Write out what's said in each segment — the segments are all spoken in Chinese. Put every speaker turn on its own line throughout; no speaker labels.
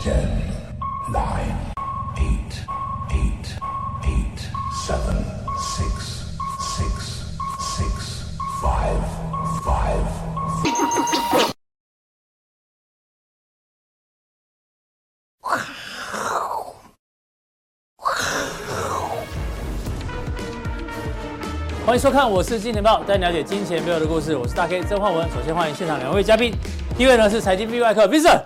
10, 9, 8, 8, 8, 7, 6, 6, 6, 5, 5,
欢迎收看，我是金钱豹，带你了解金钱背后的故事。我是大 K 曾焕文。首先欢迎现场两位嘉宾，第一位呢是财经 B 外客 Vincent，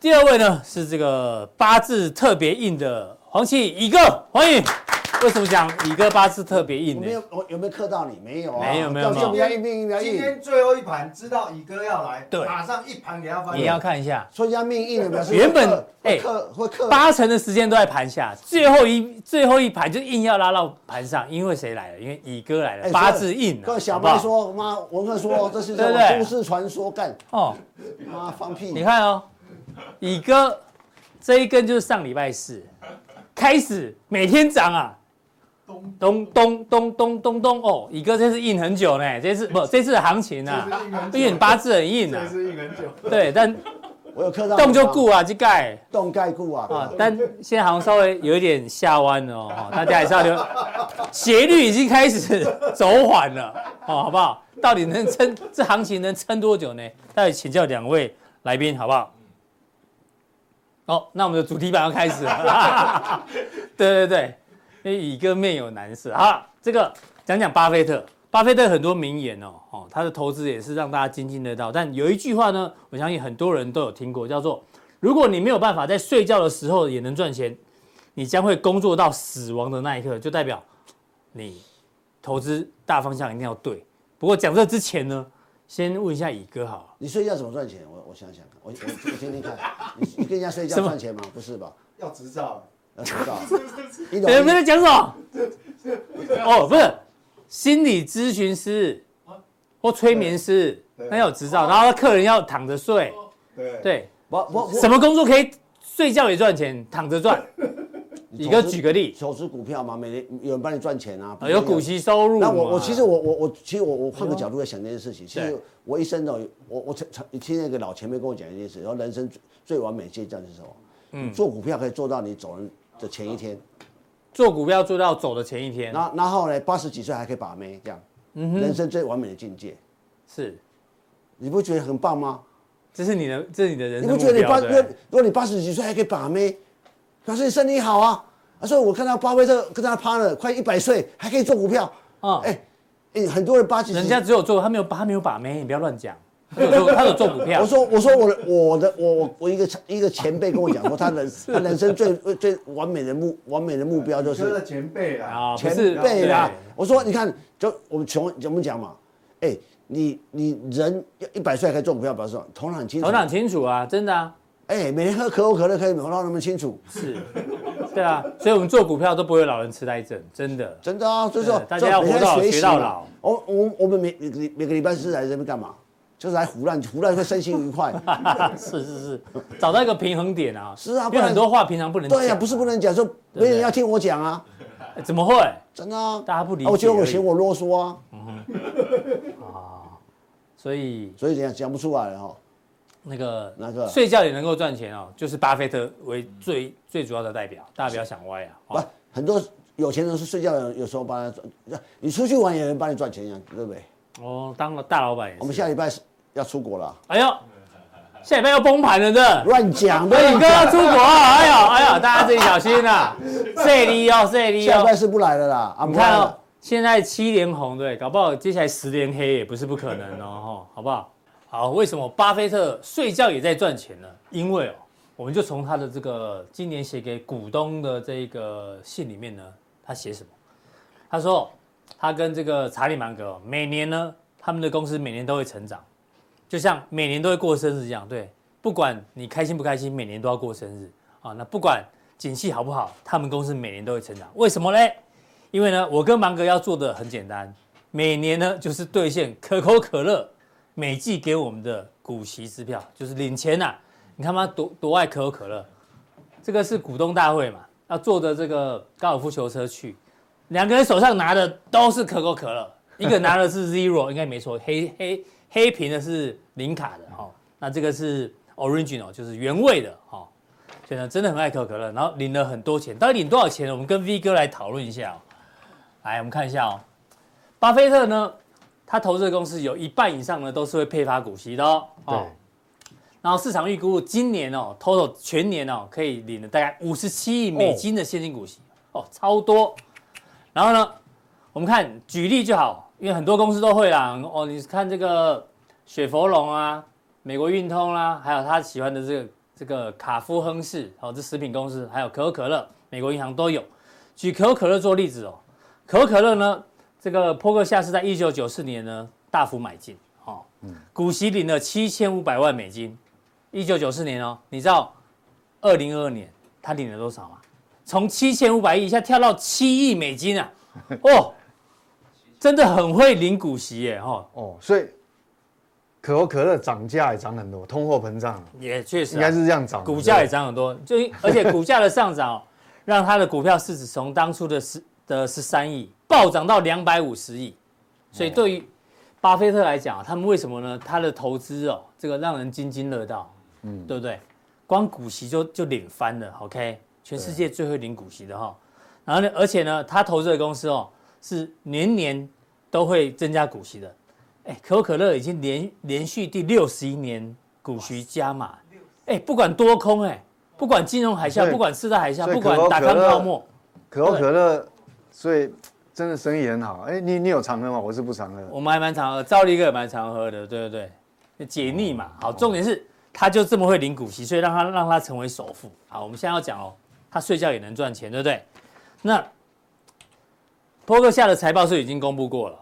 第二位呢是这个八字特别硬的黄奇乙哥，欢迎。为什么讲乙哥八字特别硬
我
呢
没？有，我有没有克到你？没有啊，
没有没有
到时候
没
不
有
要硬命，不要
今
硬，
天最后一盘，知道乙哥要来，
对
马上一盘给他翻。
你要看一下，
说人家命硬 了，表示
原本哎
哎克会克
八成的时间都在盘下，最后一最后一盘就硬要拉到盘上，因为谁来了？因为乙哥来了，
哎
八字硬、啊。
跟小
好不好
白说，妈，文克说 这是
对
什
不
么
对
都市传说，干
哦，
妈放屁！
你看哦，乙哥这一根就是上礼拜四开始每天涨啊，
东
咚咚咚咚咚咚哦，乙哥这次硬很久呢，这次不这次的行情啊，因为你八字很硬
这
啊，
是一很久，
对，但
我有克到你吗
动就固，啊，就盖
动盖固
啊
啊，，
但现在好像稍微有一点下弯了哦，大家还是要留，斜率已经开始走缓了哦，好不好？到底能撑这行情能撑多久呢？待会请教两位来宾好不好？哦，那我们的主题版要开始了， 对对对，因为乙哥面有难色啊。这个讲讲巴菲特，巴菲特很多名言哦，哦，他的投资也是让大家津津乐道。但有一句话呢，我相信很多人都有听过，叫做如果你没有办法在睡觉的时候也能赚钱，你将会工作到死亡的那一刻，就代表你投资大方向一定要对。不过讲这之前呢，先问一下乙哥好了，
你睡觉怎么赚钱？我我想想，看，我我我 听听看，你你跟人家睡觉
什么
赚钱吗？不是吧？
要执照。
要知 道，你懂
哎你们
意
在讲什 么？哦，不是，心理咨询师或催眠师，
对
那要有执照，然后客人要躺着睡，
哦
对，
对，
我我我
什么工作可以睡觉也赚钱，躺着赚？
你
乙
投
哥
资
举个例，
投资股票嘛，每年有人帮你赚钱啊，
呃有股息收入嘛。
那我我其实我我我其实我我换
哎
个角度在想这件事情。其实我一生哦，我我常常听那个老前辈跟我讲一件事，然后人生最最完美阶段是什么？嗯，做股票可以做到你走人的前一天，
做股票做到走的前一天，
然后然后呢，八十几岁还可以把妹，这样，
嗯
人生最完美的境界，
是，
你不觉得很棒吗？
这是你的，这是你的人
你
生目
不觉得你
标。
八，
对
如
不对
果如果你八十几岁还可以把妹，表示你身体好啊。啊，所以我看到巴菲特跟他趴了快一百岁，还可以做股票
嗯
啊，哎、哎很多人八十几，
人家只有做，他没有把，他没有把妹，你不要乱 讲。他有做，他有做股 票。
我说我说我的我的我我我一个一个前辈跟我讲说，他人他人生最最完美的目完美的目标就
乙哥
是
的前辈啦，
啊，不
前
是
辈啦
对。
我说你看，就我们穷怎么讲嘛？哎，你你人一百岁还可以做股票，表示什么头脑很清楚。
头脑很清楚啊，真的啊，
哎，每天喝可口可乐可以头脑那么清楚，
是，对啊，所以我们做股票都不会有老人痴呆症，真的。
真的啊。所以说
对大家要
每天
活到老
学习
学到
嘛
老。
我我我们每每个每个礼拜四来这边干嘛？就是来胡乱胡乱会身心愉 快。
是是是，找到一个平衡点啊。
是啊
因
不
为
然
很多话平常不能讲。啊
对呀，啊不是不能讲，说没人要听我讲啊，
哎怎么会？
真的啊。
大家不理
啊我觉得
解而
我
已
嫌我啰嗦啊。
所以
所以讲讲不出来了哈、
那个
哪个
睡觉也能够赚钱哦，就是巴菲特为最最主要的代表，大家不要想歪啊。
不
哦，
很多有钱人是睡觉有有时候帮他赚，你出去玩也能帮你赚钱一样，对不对？
哦，当了大老板也是。
我们下礼拜是要出国了，
哎呦，下礼拜要崩盘了的。
乱讲的。
哎，你
乱
哥
讲
要出国啊！哎呦哎呦，大家自己小心啊！这里哦，这里
下礼
哦
拜。是不来了啦，啊，
你
不来
看
了
哦，现在七连红对，搞不好接下来十连黑也不是不可能哦，吼好不好？好，为什么巴菲特睡觉也在赚钱呢？因为哦，我们就从他的这个今年写给股东的这个信里面呢，他写什么？他说他跟这个查理芒格哦每年呢，他们的公司每年都会成长，就像每年都会过生日一样，对，不管你开心不开心，每年都要过生日啊。那不管景气好不好，他们公司每年都会成长，为什么嘞？因为呢，我跟芒格要做的很简单，每年呢就是兑现可口可乐每季给我们的股息支票，就是领钱呐、你看他妈多多爱可口可乐，这个是股东大会嘛，要坐着这个高尔夫球车去，两个人手上拿的都是可口可乐， 一个拿的是 Zero，应该没错，黑黑黑瓶的是零卡的哦，那这个是 original 就是原味的哈、哦。所以呢，真的很爱可口可乐，然后领了很多钱，到底领多少钱呢？我们跟 V 哥来讨论一下、哦。来，我们看一下哦，巴菲特呢，他投资的公司有一半以上呢都是会配发股息的哦。哦然后市场预估今年哦，total 全年哦可以领了大概五十七亿美金的现金股息哦超多。然后呢，我们看举例就好，因为很多公司都会啦。哦，你看这个雪佛龙啊，美国运通啦、还有他喜欢的这个这个卡夫亨氏哦，这食品公司，还有可口可乐、美国银行都有。举可口可乐做例子哦，可口可乐呢，这个波克夏是在一九九四年呢大幅买进哦，股息领了七千五百万美金。一九九四年哦，你知道二零二二年他领了多少吗？从七千五百亿一下跳到七亿美金啊！哦，真的很会领股息耶！哈、哦，
哦，所以可口可乐涨价也涨很多，通货膨胀
也确实啊、
应该是这样涨，
股价也
对
涨很多，就而且股价的上涨、哦，让它的股票市值从当初的十的十三亿暴涨到两百五十亿，所以对于巴菲特来讲、他们为什么呢？他的投资哦，这个让人津津乐道，嗯，对不对？光股息就就领翻了，OK，全世界最会领股息的哈、然后呢，而且呢，他投资的公司哦是年年都会增加股息的，哎，可口可乐已经连连续第六十一年股息加码，哎，不管多空哎，不管金融海
所
啸，
以
不管四大海啸，
所以
不管
可口
打
可
康
乐
泡沫，
可口可乐，所以真的生意很好。哎，你你有常喝吗？我是不常喝。
我们还蛮常喝，赵力哥也蛮常喝的，对对对，解腻嘛。好，重点是他就这么会领股息，所以让他让他成为首富。好，我们现在要讲哦，他睡觉也能赚钱，对不对？那波克夏的财报是已经公布过了，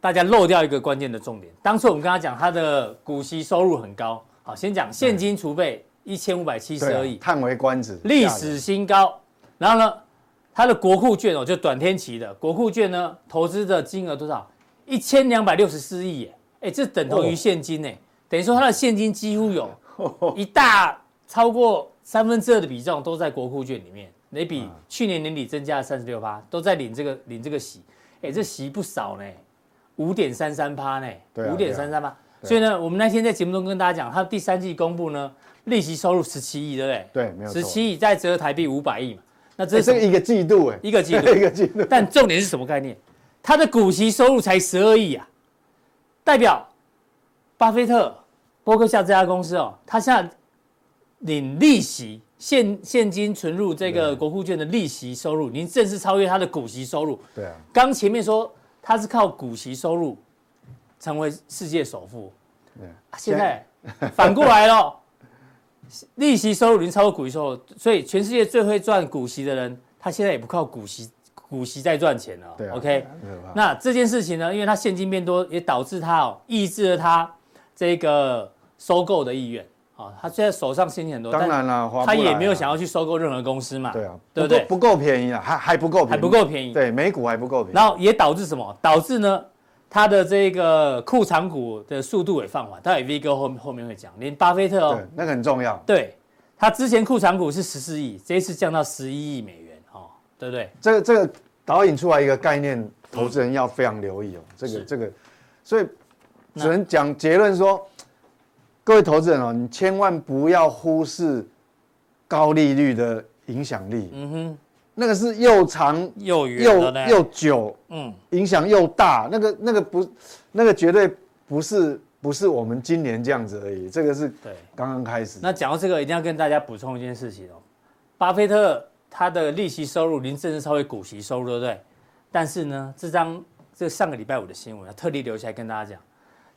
大家漏掉一个关键的重点。当初我们跟他讲，他的股息收入很高。好，先讲现金储备一千五百七十
对啊
二亿，
叹为观止，
历
吓
史
人
新高。然后呢，它的国库券哦，就短天期的国库券呢，投资的金额多少？一千两百六十四亿耶！哎，这等同于现金呢、等于说它的现金几乎 有一大超过三分之二的比重都在国库券里面，那
啊
比去年年底增加了三十六趴，都在领这个领这个息。哎，这息不少呢，五点三三趴呢，
对啊
五点三三趴。所以呢，我们那天在节目中跟大家讲，它第三季公布呢，利息收入十七亿，对不对？
对没有错
十七亿再折合台币五百亿嘛，那这
哎
是
这
什
个
么
一个季度哎，
一个季度。
一个季度，
但重点是什么概念？它的股息收入才十二亿啊，代表巴菲特、伯克夏这家公司哦，它现在领利息现现金存入这个国库券的利息收入，已经正式超越它的股息收入。
对啊，
刚前面说他是靠股息收入成为世界首富，
对
啊现在反过来了， 利息收入已经超过股息收入，所以全世界最会赚股息的人，他现在也不靠股息股息在赚钱了。
对啊
OK，
很可怕
那这件事情呢，因为他现金变多，也导致他哦抑制了他这个收购的意愿啊、他虽然手上现金很多，
当
但
然了，划不
他
来
也
啊
没有想要去收购任何公司嘛，
对啊，
对
不
不
够
对？
不够便宜啊，还还不够便宜，
还不够便宜
对，美股还不够便宜。
然后也导致什么？导致呢，它的这个库藏股的速度也放缓。待会 V 哥后后面会讲，连巴菲特哦
对，，那个很重要。
对，他之前库藏股是十四亿，这一次降到十一亿美元，哦，对不对？
这个这个导引出来一个概念，投资人要非常留意哦。这个
是
这个，所以只能讲结论说，各位投资人哦，你千万不要忽视高利率的影响力。嗯哼，那个是又长
又远
又
了呢，
又久，
嗯，
影响又大，那个那个不，那个绝对不是不是我们今年这样子而已，这个是
对。
刚刚开始。
那讲到这个，一定要跟大家补充一件事情哦，巴菲特他的利息收入零正式超越股息收入，对不对？但是呢，这张这上个礼拜五的新闻，特地留下来跟大家讲，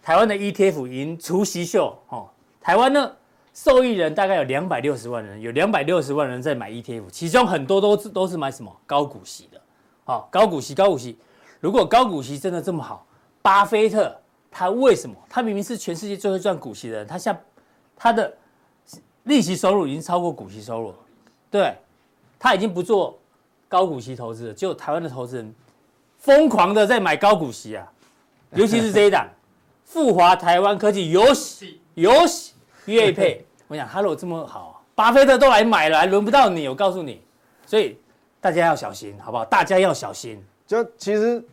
台湾的 E ETF 赢除夕秀哦，台湾呢受益人大概有两百六十万人，有两百六十万人在买 ETF，其中很多都是都是买什么高股息的，哦，高股息高股息，如果高股息真的这么好，巴菲特他为什么他明明是全世界最会赚股息的人，他像他的利息收入已经超过股息收入了，对，他已经不做高股息投资了，就台湾的投资人疯狂的在买高股息啊，尤其是这一档富华台湾科技，有喜有喜乐配，我想 Hello 这么好，巴菲特都来买了，还轮不到你，我告诉你，所以大家要小心，好不好？大家要小心，
就其实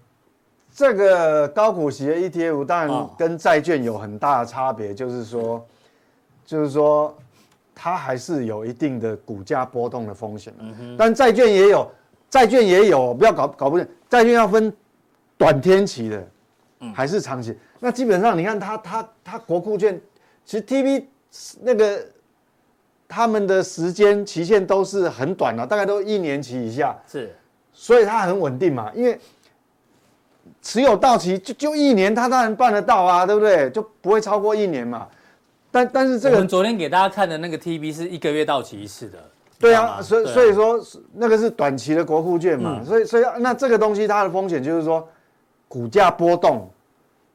这个高股息的 ETF，
哦
当然跟债券有很大的差别，就是说，就是说它还是有一定的股价波动的风险啊。但债券也有，债券也有，不要搞搞不定，债券要分短天期的，还是长期。那基本上你看它它它国库券，其实 TB 那个他们的时间期限都是很短的、大概都一年期以下，
是
所以它很稳定嘛，因为。持有到期就就一年，它当然办得到啊，对不对？就不会超过一年嘛。但但是这
我
个
们昨天给大家看的那个 TB 是一个月到期一次的，
对
知道
啊，
吗
所以
对啊嗯
所以说是那个是短期的国库券嘛，所以所以那这个东西它的风险就是说，股价波动，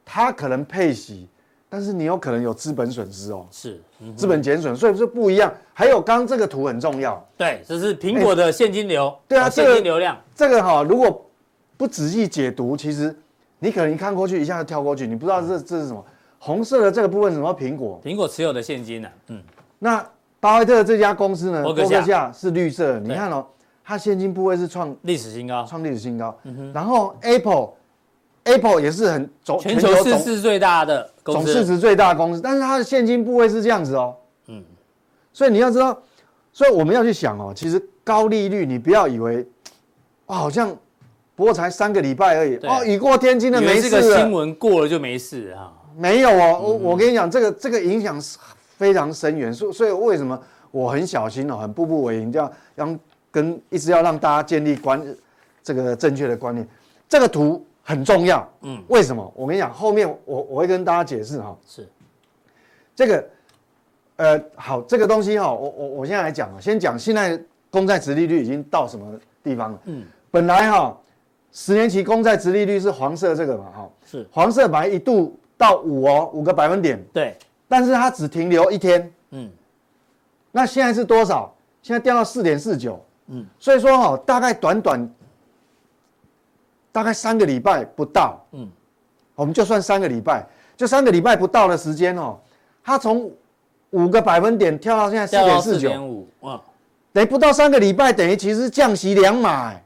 它可能配息，但是你有可能有资本损失哦，
是，嗯，
资本减损，所以是不一样。还有刚刚这个图很重要，
对，这是苹果的现金流，
对啊
哦
这
现
个
金流量，
这个哈、如果不仔细解读，其实你可能一看过去一下就跳过去，你不知道这
嗯
这是什么。红色的这个部分是什么苹果？
苹果持有的现金呢，嗯，
那巴菲特这家公司呢？
伯
伯
克
克
夏
夏是绿色的，你
对
看哦，它现金部位是创
历史新高，
创历史新高。
嗯
然后 Apple，Apple 也是很总
全球市
总
市最大的公
总市
司，
值最大的公司，但是它的现金部位是这样子哦。
嗯
所以你要知道，所以我们要去想哦，其实高利率你不要以为，哇，好像不过才三个礼拜而已，
对
哦，雨过天晴的
以
没
为这
事
个新
了，
闻嗯过了就没事哈，
没有哦。我我跟你讲，这个这个影响是非常深远，所以所以为什么我很小心哦，很步步为营，要要跟一直要让大家建立观这个正确的观念。这个图很重要，嗯，为什么？我跟你讲，后面我我会跟大家解释哈、
是
这个，呃，好，这个东西哈、我我我现在来讲啊，先讲现在公债殖利率已经到什么地方了？嗯，本来哈、十年期公债殖利率是黄色这个嘛，哈、
是，
黄色本来一度到五哦，五个百分点，
对，
但是它只停留一天，
嗯，
那现在是多少？现在掉到四点四九，嗯，所以说哈、大概短短大概三个礼拜不到，嗯，我们就算三个礼拜，就三个礼拜不到的时间哦，它从五个百分点跳到现在四
掉
点
到
四
四
九
点，五，哇，
等于不到三个礼拜，等于其实是降息两码、哎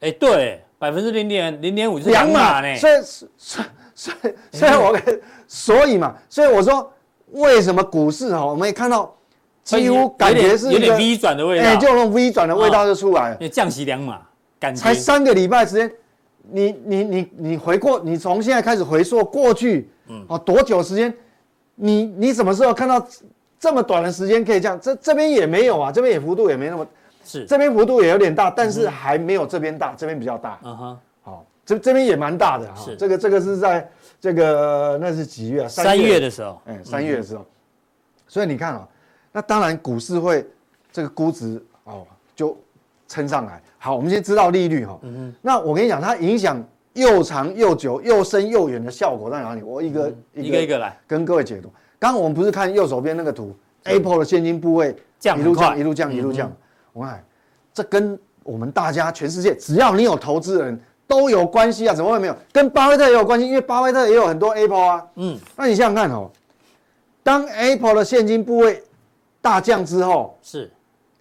哎，对，百分之零点零点五是
两
两
码
码呢，
所以所所以所以我跟所以嘛，所以我说为什么股市哈，我们也看到几乎感觉是
有
一个
点 V 转的味
哎，
道
就，那种 V 转的味道就出来了
因。为降息两码，感觉
才三个礼拜时间，你你你你回过，你从现在开始回溯过去，
嗯
哦，多久时间？你你什么时候看到这么短的时间可以这样？这这边也没有啊，这边也幅度也没那么，
是，
这边幅度也有点大，但是还没有这边大，这边比较大。
嗯哼，
好，这这边也蛮大的哈
是。
这个这个是在这个那是几月啊？
三月的时候，
哎，三月的时候，所以你看啊、那当然股市会这个估值哦就撑上来。好，我们先知道利率哈、那我跟你讲，它影响又长又久、又深又远的效果在哪里？嗯我一个、
一个一个来，
跟各位解读。刚刚我们不是看右手边那个图，Apple 的现金部位
降
一
很
路
快嗯
降一路降一路降。我看这跟我们大家全世界只要你有投资人都有关系啊，怎么会没有？跟巴菲特也有关系，因为巴菲特也有很多 Apple 啊。
嗯，
那你想想看哦，当 Apple 的现金部位大降之后，
是，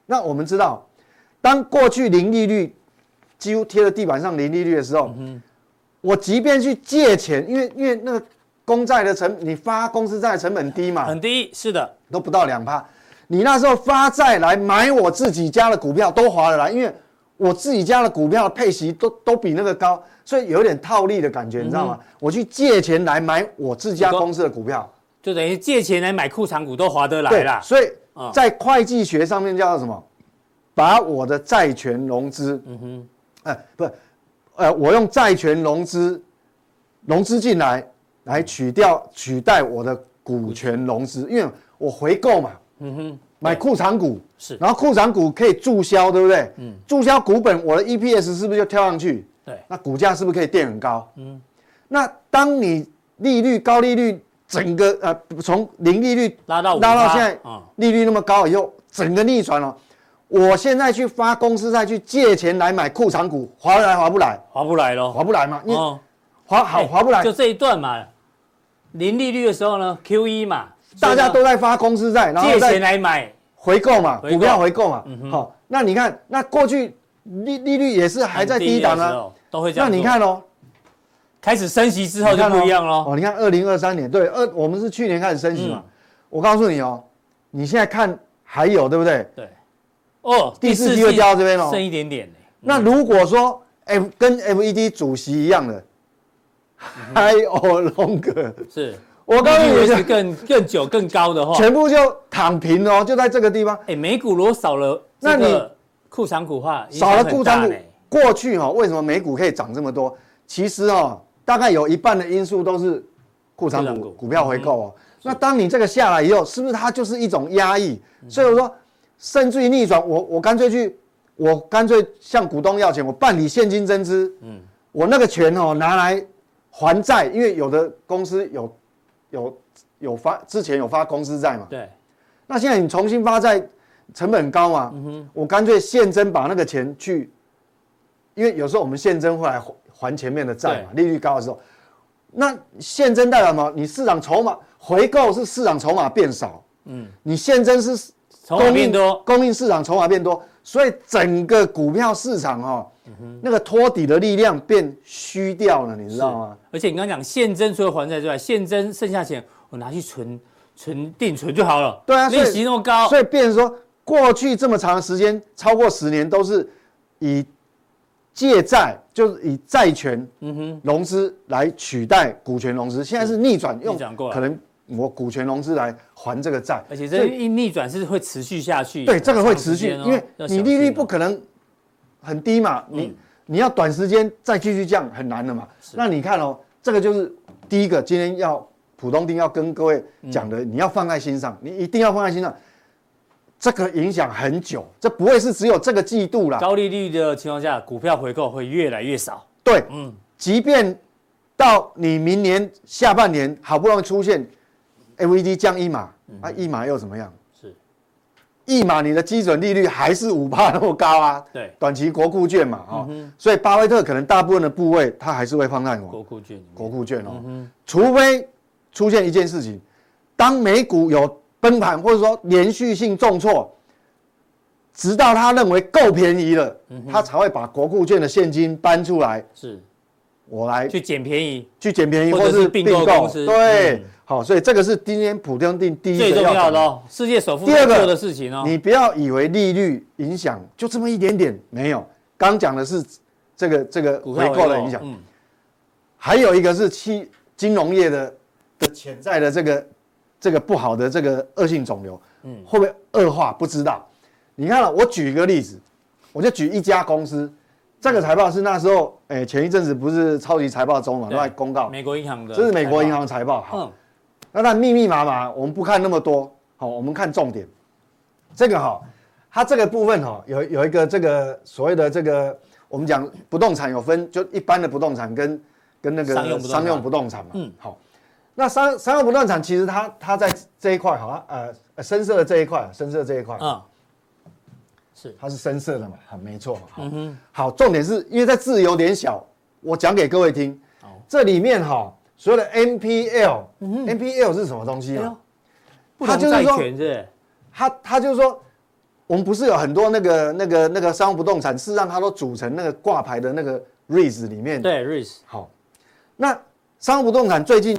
那我们知道，当过去零利率几乎贴了地板上零利率的时候，我即便去借钱，因为因为那个公债的成，你发公司债的成本低嘛，
很低，是的，
都不到两趴。你那时候发债来买我自己家的股票都划得来，因为我自己家的股票的配息都都比那个高，所以有点套利的感觉，你知道吗？我去借钱来买我自家公司的股票，
就等于借钱来买裤长股都划得来
对
啦，
所以
嗯
在会计学上面叫做什么？把我的债权融资，嗯哼，哎、不是，呃，我用债权融资融资进来，来取掉取代我的股权融资，因为我回购嘛，嗯哼，买库藏股
是
然后库藏股可以注销，对不对？嗯，注销股本，我的 EPS 是不是就跳上去？
对
那股价是不是可以垫很高？嗯，那当你利率高利率整个呃从零利率
拉到5%
拉到现在
嗯
利率那么高以后，整个逆转了、我现在去发公司债去借钱来买库藏股，划得来划不来？
划不来咯。
划不来嘛，因为
哦，
划好
哎
划不来
就，这一段嘛，零利率的时候呢，Q E 嘛，
大家
所以
都在发公司债，然
呢
后
借钱
再
来买，
回购嘛，
回购嗯
股票回购嘛。好，那你看，那过去利利率也是还在低档
很的时
啊。
候都会这
那
样做。
你看哦，
开始升息之后就不一样
咯。
喽，
哦，你看
嗯
二零二三年，对，二我们是去年开始升息嘛。我告诉你哦，你现在看还有对不对？
对，哦，
第四季
季
又掉到这边咯
剩一点点呢。
那如果说 F 跟 FED 主席一样
嗯
的，还有 longer，
是，
我告诉
利率
你
维持，更更久更高的话，
全部就躺平哦，就在这个地方，
哎，美股如果少了
那
这
你
个库藏股化，
少了固
藏
仓股。过去哈、为什么美股可以涨这么多？其实哦，大概有一半的因素都是库藏
库藏
股
股
股票回购哦。那当你这个下来以后，是不是它就是一种压抑？所以我说，甚至于逆转，我我干脆去，我干脆向股东要钱，我办理现金增资，嗯，我那个钱哦拿来还债，因为有的公司有有有发之前有发公司债嘛，
对，
那现在你重新发债，成本高嘛？
嗯
我干脆现增把那个钱去，因为有时候我们现增会来还还前面的债嘛，利率高的时候，那现增代表什么？你市场筹码回购是市场筹码变少，嗯，你现增是
筹码变
应
多
供应市场筹码变多，所以整个股票市场哦，
嗯
那个托底的力量变虚掉了，你知道吗？
而且你刚刚讲现增除了还债之外，现增剩下钱我拿去存存定存就好了。
对啊所以
利息那么高，
所以变成说，过去这么长的时间，超过十年都是以借债，就是以债权
嗯
融资来取代股权融资，现在是逆转，
嗯
用
逆转过来
可能我股权融资来还这个债，
而且
所
这
以
一逆转是会持续下去。
对这个会持续，
很长
因
时
为
间哦要
你
小
利率
心哦嗯
不可能很低嘛，你你要短时间再继续降很难的嘛。那你看哦，这个就是第一个，今天要普通丁要跟各位
嗯
讲的，你要放在心上，你一定要放在心上。这个影响很久，这不会是只有这个季度啦。
高利率的情况下，股票回购会越来越少。
对，嗯，即便到你明年下半年好不容易出现 FED 降一码，啊，一码又怎么样？
嗯是，
一码你的基准利率还是五帕那么高啊？
对嗯
短期国库券嘛，哦，所以巴菲特可能大部分的部位他还是会放在
国
国
库券里嗯面
国库券哦，除非出现一件事情，当美股有崩盘或者说连续性重挫，直到他认为够便宜了，
嗯
他才会把国库券的现金搬出来，
是
我来
去捡便宜，
去捡便宜，
或者
或
是
是
并
并
购
购
公司
对
嗯，
好，所以这个是今天普通定第一
最
个
重要的
讲
哦，世界首富
第二
在
个
做的事情哦。
你不要以为利率影响就这么一点点，没有。刚讲的是这个这个
股
回
票
购的影响，
嗯，
还有一个是期金融业的的潜在的这个这个不好的这个恶性肿瘤，
嗯
会不会恶化不知道。你看了、我举一个例子，我就举一家公司，这
嗯
个财报是那时候，哎、前一阵子不是超级财报周嘛，
对
都在公告，
美国银行的，
这是美国银行财报，好，
嗯，
那但密密麻麻，我们不看那么多，好，我们看重点。这个哈、它这个部分哈、有有一个这个所谓的这个，我们讲不动产有分，就一般的不动产跟跟那个
商用不动产
商用不动产嘛，
嗯
嗯，好。那商商用不动产其实它它在这一块好像呃呃深色的这一块，深色这一块，
嗯，
它是深色的嘛，好，没错嘛，好，
嗯
好，重点是因为在字有点小，我讲给各位听，这里面哈、所有的 NPL，NPL、是什么东西
嗯哎
啊？
呦不
它
同
就是
债
说
权是
他他就是说，我们不是有很多那个那个那个商务不动产，事实上它都组成那个挂牌的那个 REITs 里面。
不是，，对，Rice
好，那商务不动产最近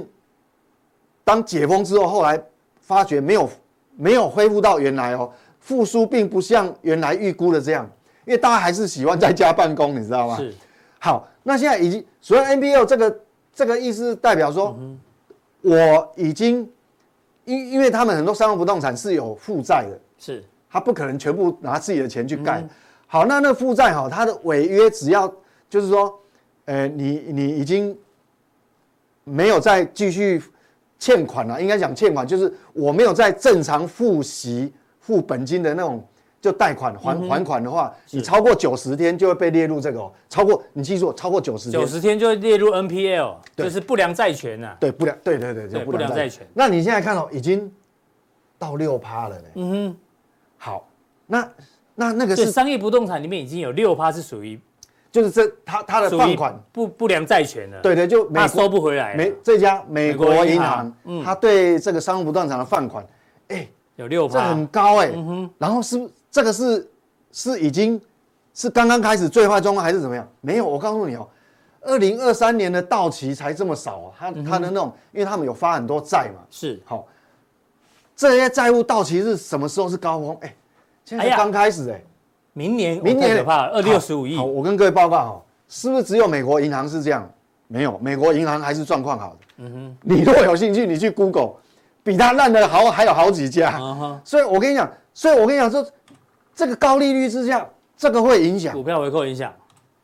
当解封之后，后来发觉没有没有恢复到原来哦，复苏并不像原来预估的这样，因为大家还是喜欢在家办公，你知道吗？
是
好，那现在已经所谓 NBL 这个这个意思是代表说，我已经因因为他们很多商务不动产是有负债的，
是
他不可能全部拿自己的钱去盖。
嗯
好，那那负债哈，他的违约只要就是说，呃，你你已经没有再继续欠款了，应该讲欠款就是我没有在正常付息付本金的那种就贷款
嗯
还还款的话，你超过九十天就会被列入这个、哦，超过你记住超过九十天
九，十天就会列入 NPL，
对
就是不良债权啊呐。
对不良对对对
对
就
不良债权
那你现在看哦，已经到六趴了呢。嗯哼，好，那那那个
对，
是
商业不动产里面已经有六趴是属于
就是这他他的
属
放
于
款，
不不良债权了。
对对，就美
他
国
收不回来了，
美这家美
美国
国
银
银
行嗯
行，他对这个商务不动产的放款，哎，
有六
这
趴
很，高
嗯
哎，然后是不这个是是已经是刚刚开始最坏状况还是怎么样？没有，我告诉你哦，二零二三年的
嗯
到期才这么少啊，他他的那种，因为他们有发很多债嘛，
是
好，这些债务到期日什么时候是高峰？哎，现在
哎
才
呀
刚开始哎、
明年
明
哦太
年
可怕了，二六十五亿
好，，我跟各位报告哦，是不是只有美国银行是这样？没有，美国银行还是状况好的。嗯哼，你如果有兴趣，你去 Google，比它烂的好还有好几家。
嗯哼
所以我跟你讲，所以我跟你讲说，这个高利率之下，这个会影响
股票回扣影响，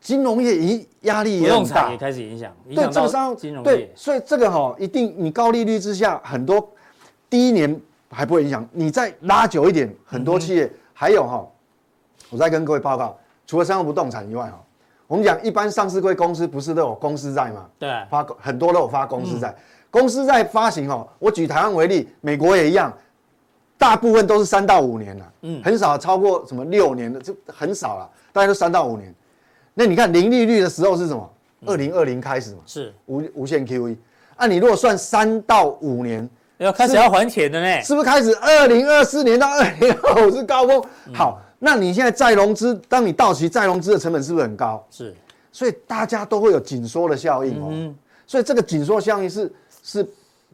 金融业影压力
不
也
动
很
产
大
也。开始影响，影
对
响
这个
到
商
金融
对
业，。
所以这个哈、一定你高利率之下，很多第一年还不会影响，你再拉久一点，很
嗯
多企业、还有哈、我再跟各位报告，除了商务不动产以外哈、我们讲一般上市贵公司不是都有公司债吗？
对
发公很多都有发公司债，公司债发行哦，我举台湾为例，美国也一样，大部分都是三到五年了，嗯，很少超过什么六年的，就很少了，大概都三到五年。那你看零利率的时候是什么？二零二零开始嘛，
是
无无限 QE。啊，你如果算三到五年，
要开始要还钱的呢，
是不是开始二零二四年到二零二五是高峰？好，那你现在再融资，当你到期再融资的成本是不是很高？
是
所以大家都会有紧缩的效应哦。
嗯
所以这个紧缩效应是是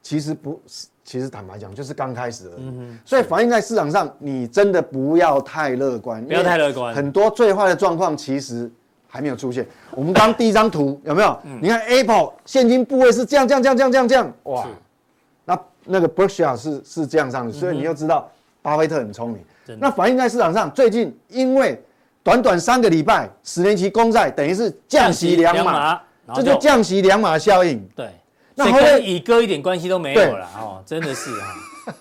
其实不是，其实坦白讲就是刚开始而
嗯
已。所以反映在市场上，你真的不要太乐观，
不要太乐观
因为很多最坏的状况其实。还没有出现。我们刚第一张图有没有？
嗯
你看 Apple 现金部位是这样这样这样这样这样这样，哇！那那个 Berkshire 是是这样上的，所
嗯
以你就知道巴菲特很聪明。那反映在市场上，最近因为短短三个礼拜，十年期公债等于是降息两码，，
然后
这就降息两码效应。
对，
那
所以
后面
跟乙哥一点关系都没有了哦，真的是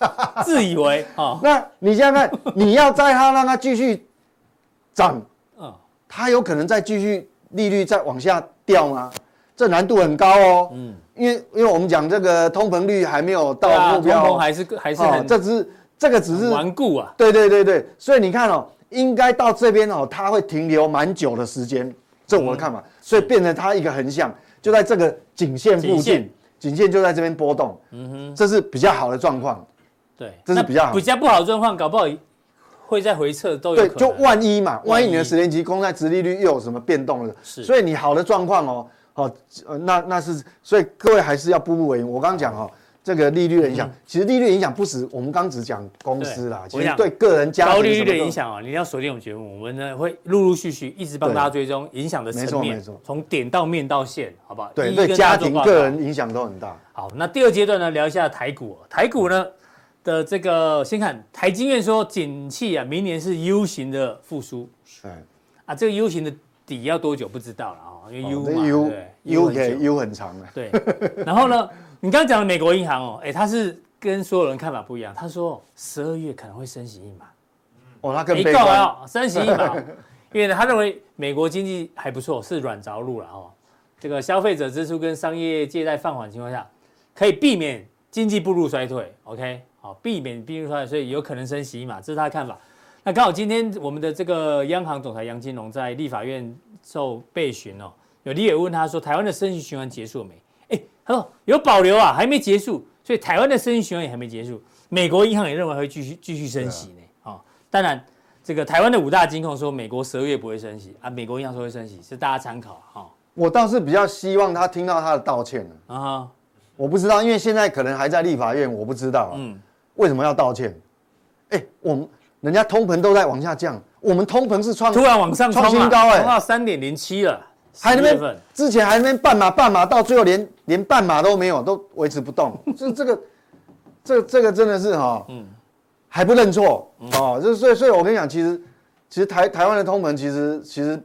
哈， 自以为哦，
那你想想看，你要在它让它继续 涨，
嗯
它有可能再继续利率再往下掉吗？这难度很高哦。嗯，因为因为我们讲这个通膨率还没有
对啊
到目标哦，
通膨还是还是
哦
很
这只是这个只是
顽固啊，
对对对对，所以你看哦，应该到这边哦，它会停留蛮久的时间，这我的看法，
嗯
所以变成它一个横向，就在这个颈线附
颈线
近，颈线就在这边波动，嗯哼，这是比较好的状况，
对，
这是
那
比较好
比较不好的状况，搞不好会在回撤都有
对，
可能，
就万一嘛，万一你
万
的
一
十年期公债殖利率又有什么变动了，
是
所以你好的状况哦，哦，呃那那是，所以各位还是要步步为营。我刚刚讲哦。这个利率的影响，其实利率影响不止我们刚只讲公司啦，
嗯对
其
我
实
想
对个人家庭
高利率
什么
的
都
影响啊，你要锁定我们节目，我们呢会陆陆续续一直帮
对
大家追踪影响的层面
没错没错，
从点到面到线，好不好？
对
一一
对
跟
家
大家做
庭
报
个
告
人影响都很大。
好，那第二阶段呢，聊一下台股哦、台股呢的这个，先看台经院说，景气啊，明年是 U 型的复苏
哎，
啊，这个 U 型的底要多久不知道了啊、因为 U 嘛，对不
哦 U
对
U
很久嗯
给 U 很长的，
对，然后呢，你刚刚讲的美国银行哦，哎，它是跟所有人看法不一样，他说十二月可能会升息一码，
哦，他更
没
悲
够
观。
啊，升息一码 哦，因为呢他认为美国经济还不错，是软着陆了哦，这个消费者支出跟商业借贷放缓情况下，可以避免经济步入衰退，OK，好，避免步入衰退，所以有可能升息一码，这是他的看法。那刚好今天我们的这个央行总裁杨金龙在立法院受被询哦，有立委问他说，台湾的升息循环结束了没？哎，他说有保留啊，还没结束，所以台湾的升息循环也还没结束。美国银行也认为会继续继续升息呢，哦，当然这个台湾的五大金控说美国十二月不会升息啊，美国银行说会升息，是大家参考哈、哦
我倒是比较希望他听到他的道歉了。
啊哈，
我不知道，因为现在可能还在立法院，我不知道啊。
嗯
为什么要道歉？哎，我们人家通膨都在往下降，我们通膨是创
突然往上冲、啊、
创新高
冲
哎，
到三点零七了，
还那
10月份
边之前还那边半马半马，到最后连连半马都没有，都维持不动。这这个这这个真的是哈，
嗯
还不认错哦。就所以所以我跟你讲，其实其实台台湾的通膨其实其实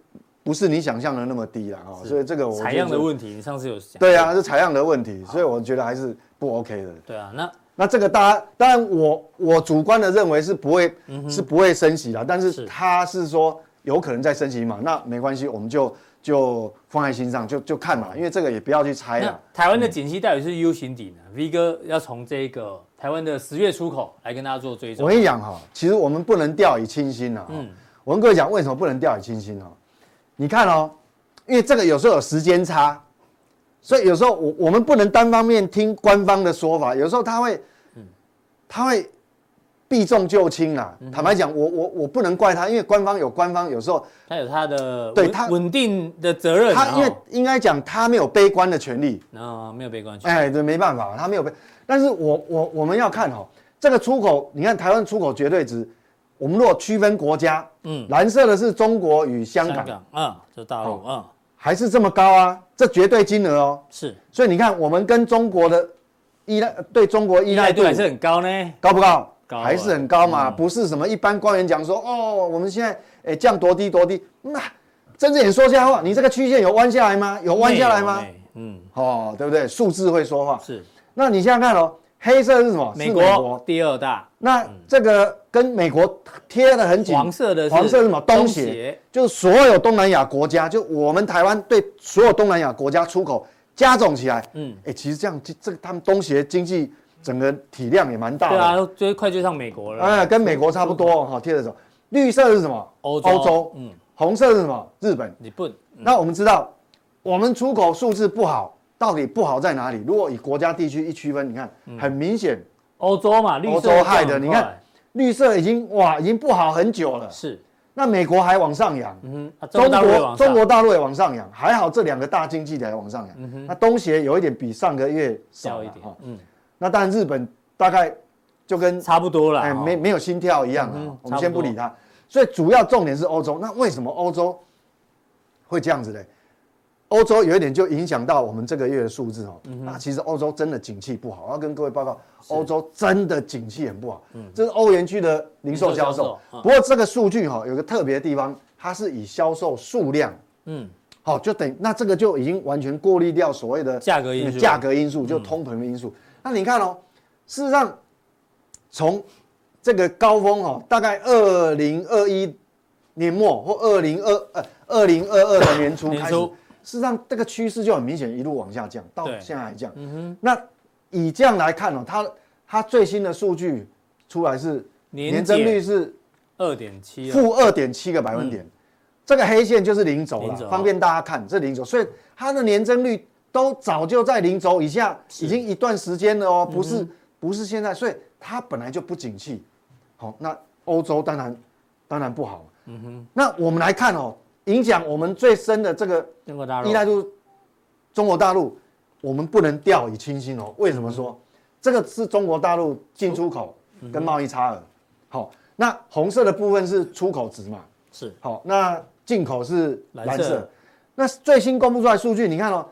不是你想象的那么低啦哦。所以这个我
采样的
题，
问题，你上次有讲
对啊，是采样的问题，所以我觉得还是不 OK 的。
对啊，那
那这个大家当然我我主观的认为是不会、是不会升息啦，但
是
是他是说有可能再升息嘛，那没关系，我们就就放在心上，就就看嘛，因为这个也不要去猜
那
啦。
台湾的景气到底是 U 型底呢？V 哥要从这个台湾的十月出口来跟大家做追
我
踪。
跟你讲哈、其实我们不能掉以轻心啊。
嗯
我跟各位讲为什么不能掉以轻心哦、你看哦，因为这个有时候有时间差，所以有时候我我们不能单方面听官方的说法，有时候他会，
嗯
他会避重就轻啊。
嗯
坦白讲，我我我不能怪他，因为官方有官方，有时候
他有他的
对
稳
他
稳定的责任啊，
他因为应该讲他没有悲观的权利，
啊、没有被关注，
哎哎，对，没办法，他没有被。但是我我我们要看哦，这个出口，你看台湾出口绝对值，我们如果区分国家，嗯，蓝色的是中国与香港，
啊，就大陆啊，
还是这么高啊，这绝对金额哦。
是
所以你看，我们跟中国的依赖对中国依
依
赖
赖
度
度还是很高呢。
高不高？
高啊
还是很高嘛，不是什么一般官员讲说哦，我们现在诶降多低多低，那、睁着眼说瞎话，你这个曲线有弯下来吗？有弯下来吗
内？容内？嗯，
哦，对不对？数字会说话。
是
那你想想看哦，黑色是什么？是
美国第二大，
那这个跟美国贴得很紧，
黄色的是
黄色是什么？东
东
协，
协
就是所有东南亚国家，就我们台湾对所有东南亚国家出口加总起来，嗯，哎、其实这样，这这个他们东协经济整个体量也蛮大
对
的，
啊，追快追上美国了。
哎，跟美国差不多哈，贴着走。绿色是什么？
欧洲
嗯，红色是什么？日本。
你不
那我们知道，我们出口数字不好，到底不好在哪里？如果以国家地区一区分，你看
嗯
很明显，
欧洲嘛，绿
欧
色
洲害
降
的，
很
你
快
看绿色已经哇，已经不好很久了。
是，
那美国还往上扬，
嗯，啊
中
大陆也
国
往
中
上
国大陆也往上扬，还好这两个大经济体还往上扬。那东协有一点比上个月少
嗯小
了
一点
哈，，
嗯，
那但日本大概就跟
差不多了。
哎
哈
没没有心跳一样
嗯
啊
哼，
我们先不
差
理
不
它。所以主要重点是欧洲，那为什么欧洲会这样子嘞？欧洲有一点就影响到我们这个月的数字哦。
嗯
那其实欧洲真的景气不好，我要跟各位报告，欧洲真的景气很不好。这是欧元区的零售销
嗯零售
售
销，售嗯
不过这个数据哈、有个特别的地方，它是以销售数量。
嗯，
好，就等于那这个就已经完全过滤掉所谓的
价格因素嗯
价格因素就通膨的因素。那你看哦，事实上从这个高峰哦，大概二零二一年末或二零二呃二零二二的年初
年
开始
初，
事实上这个趋势就很明显，一路往下降，到
对
现在还降。那以这样来看哦，它它最新的数据出来是
年
年增
减
率是
二点七，啊
负二点七个百分点，这个黑线就是零轴
零
了
轴，
方便大家看，这零轴，所以它的年增率都早就在零轴以下，已经一段时间了哦，不是、
嗯
不是现在，所以它本来就不景气。好，那欧洲当然当然不好，嗯哼，那我们来看哦，影响我们最深的这个
中国大陆
依赖度，中国大陆，我们不能掉以轻心哦。为什么说？这个是中国大陆进出口
嗯
跟贸易差额。好，那红色的部分是出口值嘛？
是
好，那进口是蓝
蓝
色
色。
那最新公布出来数据，你看哦，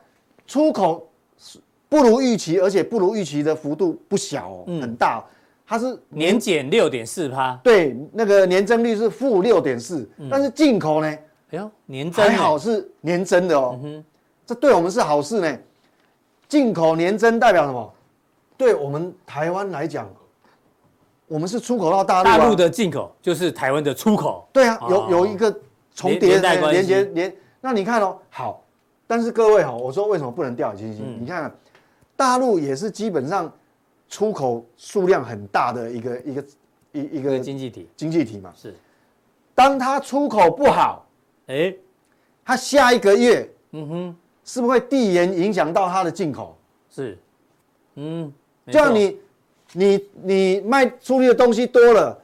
出口是不如预期，而且不如预期的幅度不小哦，很大哦。它是
嗯年减六点四趴，
对那个年增率是负六点四，
嗯
但是进口呢
哎呦，年增
还好
呢，
是年增的
嗯
哦，这对我们是好事呢。进口年增代表什么？对我们台湾来讲，我们是出口到大陆、啊，
大陆的进口就是台湾的出口，
对啊，
哦
有有一个重
连
叠
连带
的
关系
连接连。那你看哦，好，但是各位哦，我说为什么不能掉以轻心？
嗯
你看、啊，大陆也是基本上出口数量很大的一个一个一一
这个
个
经济体
经济体嘛。
是，
当它出口不好，
哎，
它下一个月
嗯哼，
是不是会递延影响到它的进口？
是，嗯，没
就像
错
你你你卖出去的东西多了，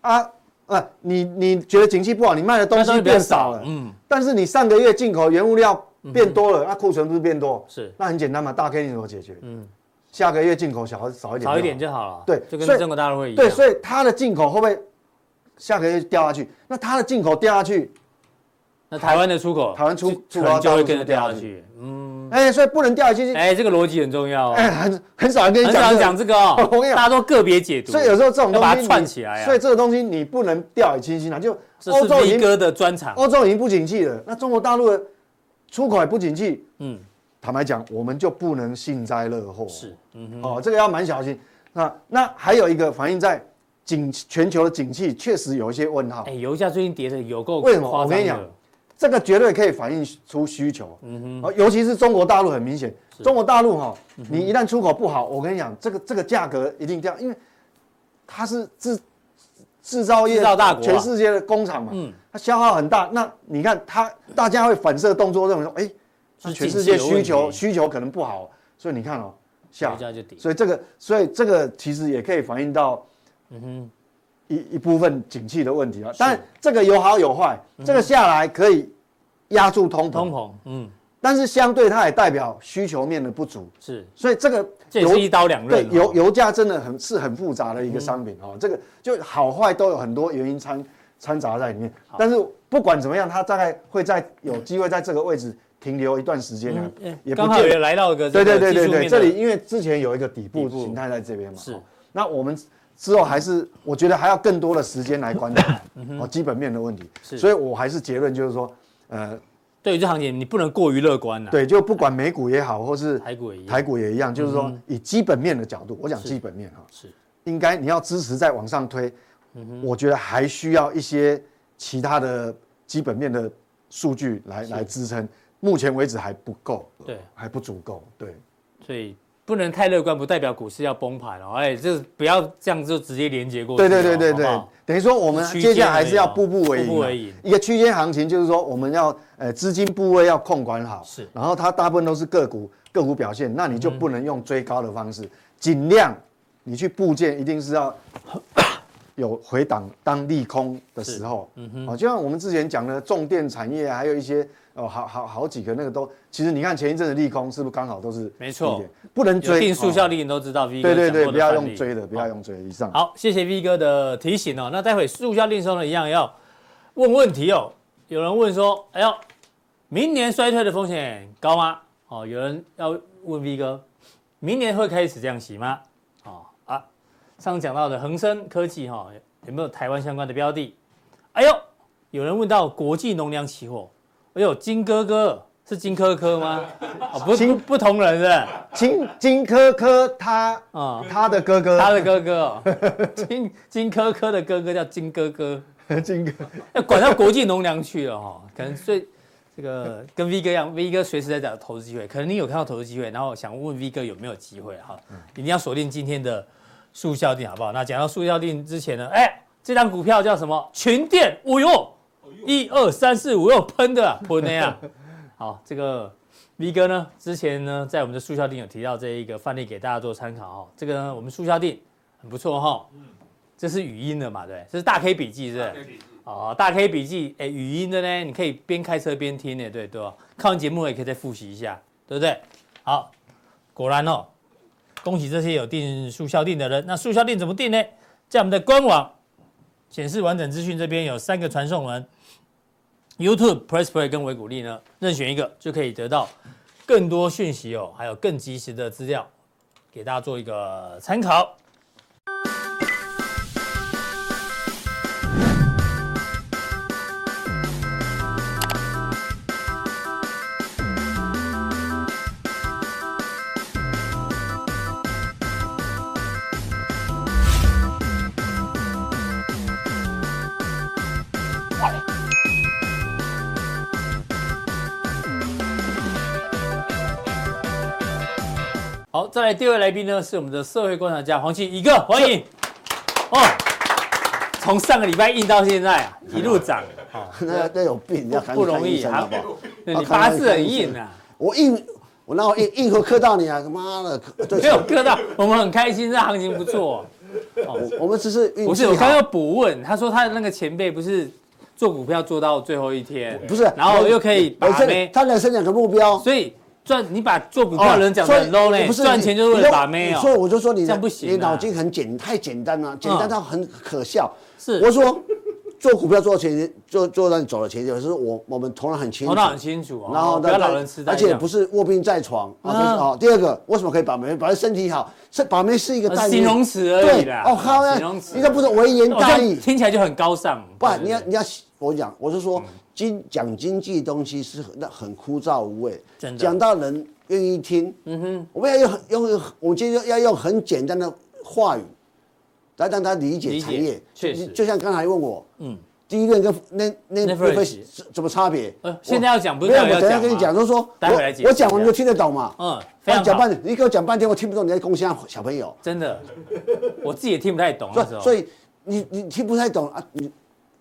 啊啊，你你觉得景气不好，你卖的东
那
西
比较
变少了，
嗯，
但是你上个月进口原物料变多了，那库存不是变多？
是
那很简单嘛，大 K 你怎么解决？嗯，下个月进口小少一点，
少一点。就好了，
对
就跟
所以
中国大陆会一样，
对，所以它的进口会不会下个月掉下去？那它的进口掉下去，
那台湾的出口，
台湾出
可
出口
能就
大
会
陆
跟着
就掉
掉下
下去
去，嗯，
哎，所以不能掉下去。
哎，这个逻辑很重要哦，
哎，很很少人跟你
很
讲
少
这
人
个
讲这个哦
我跟你，讲
大家都个别解读，
所以有时候这
要
种东
把
西
它
你
串起来啊
所以这个东西你不能掉以轻心啊！就
这
欧
是
洲已
V
经
哥的专场，
欧洲已经不景气了，那中国大陆的出口也不景气，
嗯，
坦白讲，我们就不能幸灾乐祸。
是，嗯
哦，这个要蛮小心。那那还有一个反映在景全球的景气确实有一些问号
哼，哎，，油价最近跌的有够
为什么
夸
我跟
张的
你讲，这个绝对可以反映出需求。嗯哼，尤其是中国大陆很明显，中国大陆哈、
嗯
你一旦出口不好，我跟你讲，这个这个价格一定掉，因为它是制制造业
制造大国啊
全世界的工厂嘛，
嗯
它消耗很大。那你看它，大家会反射动作认为说，哎、那
是
全
景气
世界
有
需
问
求
题
需求可能不好，所以你看哦，下
油价就跌，
所以这个，所以这个其实也可以反映到，嗯哼，一一部分景气的问题啊。但这个有好有坏，这个下来可以压住通
嗯
膨，
通膨，嗯，
但是相对它也代表需求面的不足，
是，
所以这个
这也
油
是一刀两刃
对
哦。
油油价真的很是很复杂的一个商品哦，这
嗯
个就好坏都有很多原因掺掺杂在里面。但是不管怎么样，它大概会在有机会在这个位置停留一段时间啊，也不
嗯哎刚好
见
也
得。
来到一个
对
这
对
个
对对
技术面的
对，这里因为之前有一个底
底
部
部
形态在这边嘛，
是
哦那我们之后还是我觉得还要更多的时间来观察哦基本面的问题，
嗯是
所以我还是结论就是说，呃，
对于这行情你不能过于乐观了。，
对，就不管美股也好，或是
台股也一样嗯
台股也一样，就是说以基本面的角度，我讲基本面哈，
是嗯
应该你要支持再往上推，我觉得还需要一些其他的基本面的数据来来支撑，目前为止还不够，
对，
还不足够，对，
所以不能太乐观，不代表股市要崩盘哦。哎，就是不要这样就直接连接过去哦。
对对对对
好
对
不好，
等于说我们
区间
接下来还是要
而已哦
步步为营啊，
步步为营
一个区间行情，就是说我们要呃资金部位要控管好，
是
然后它大部分都是个股个股表现，那你就不能用追高的方式，尽量你去部件一定是要有回档当利空的时候，嗯哼，哦，就像我们之前讲的重电产业啊，还有一些哦好好好几个那个都，其实你看前一阵的利空是不是刚好都是
没错
低点，不能
有
追
定速效
哦
力你都知道，V 哥
对对
讲
对，
过的
不要
范
用
例
追的，不
好
要用追的，以上。
好，谢谢 V 哥的提醒哦。那待会速效令收呢，一样要问问题哦。有人问说，哎呦，明年衰退的风险高吗？哦，有人要问 V 哥，明年会开始降息吗？哦啊，上次讲到的恒生科技哈、哦，有没有台湾相关的标的？哎呦，有人问到国际农粮期货，哎呦，金哥哥是金科科吗？哦，不不不同人是不是？
金金科科他
啊、
他的哥哥，
他的哥哥、哦，金金科科的哥哥叫金哥哥，
的金哥，
要管到国际农粮去了哈、哦，可能最这个跟 V 哥一样，V 哥随时在找投资机会，可能你有看到投资机会，然后想问 V 哥有没有机会哈、一定要锁定今天的速效定好不好？那讲到速效定之前呢，哎，这张股票叫什么？群电，哦哟，一二三四五又喷的、啊， 喷的呀、好，这个 V 哥呢，之前呢在我们的速效定有提到这一个范例给大家做参考哈、哦，这个呢我们速效定很不错哈、这是语音的嘛，对不对，这是嗯大 K 笔记是不是？哦，大 K 笔记，哎，语音的呢，你可以边开车边听呢，对对吧？看完节目也可以再复习一下，对不对？好，果然哦，恭喜这些有订速效定的人。那速效定怎么定呢？在我们的官网显示完整资讯这边有三个传送门，YouTube、Press Play 跟维谷利呢，任选一个就可以得到更多讯息哦，还有更及时的资料，给大家做一个参考。好，再来第二位来宾呢，是我们的社会观察家黄庆一个，欢迎。哦，从上个礼拜硬到现在啊， 一路涨。哦，
那那有病，你要赶
不
紧
容
看医
易
生
还
好不好？
对
要
你
看
八
医
字很
生
硬啊，
我硬，我然后硬硬核磕到你啊！妈的，对
没有割到，我们很开心，这行情不 错。
我我们只是啊运
不是，
气
我刚刚
好
要，补问，他说他的那个前辈不是做股票做到最后一天，
不是，啊
然后又可以把
人
妹
生，他人生两个目标，
所以赚你把做股票的人讲的
哦所以
很 low
我
呢，
不是
赚钱就是为
你
了
就
把妹
所以
哦，
我就说你
这
的
样不行啊嗯
你脑筋很简太简单了，简单到很可笑。
是
我说做股票做前做做到你走的前就是我我们头脑很清楚
头，脑很清楚哦，
然后
不
呢
要老人痴呆
而
这
且
样，
不是卧病在床啊。就是哦，第二个为什么可以把妹？把身体好，是把妹是一个
呃
代名
形容词而已
对
啦，
哦，好呀
形容，词
你这不是微言
哦这
大
样
义，
听起来就很高尚。
不
对
然
对
你要
对嗯
你要我讲，我是说经讲经济东西是很那很枯燥无味
真，的
讲到人愿意听。嗯哼，我们要用很用我们今天要用很简单的话语来让他理
理
解
解
产业。
确
就
实
就像刚才问我，
嗯
嗯，第一轮跟那那那
Netflix
份怎么差别
呃？现在要讲不是
没有，
待会要
我等一下
讲
跟你
嘛
讲，就是说
待会来解释
我我讲完
一
你
下
就听得懂嘛。
嗯，非
我
常
讲
好
半，天，你给我讲半天，我听不懂你在攻下小朋友。
真的，我自己也听不太懂
所
那时
以
候。
所以你你听不太懂啊，你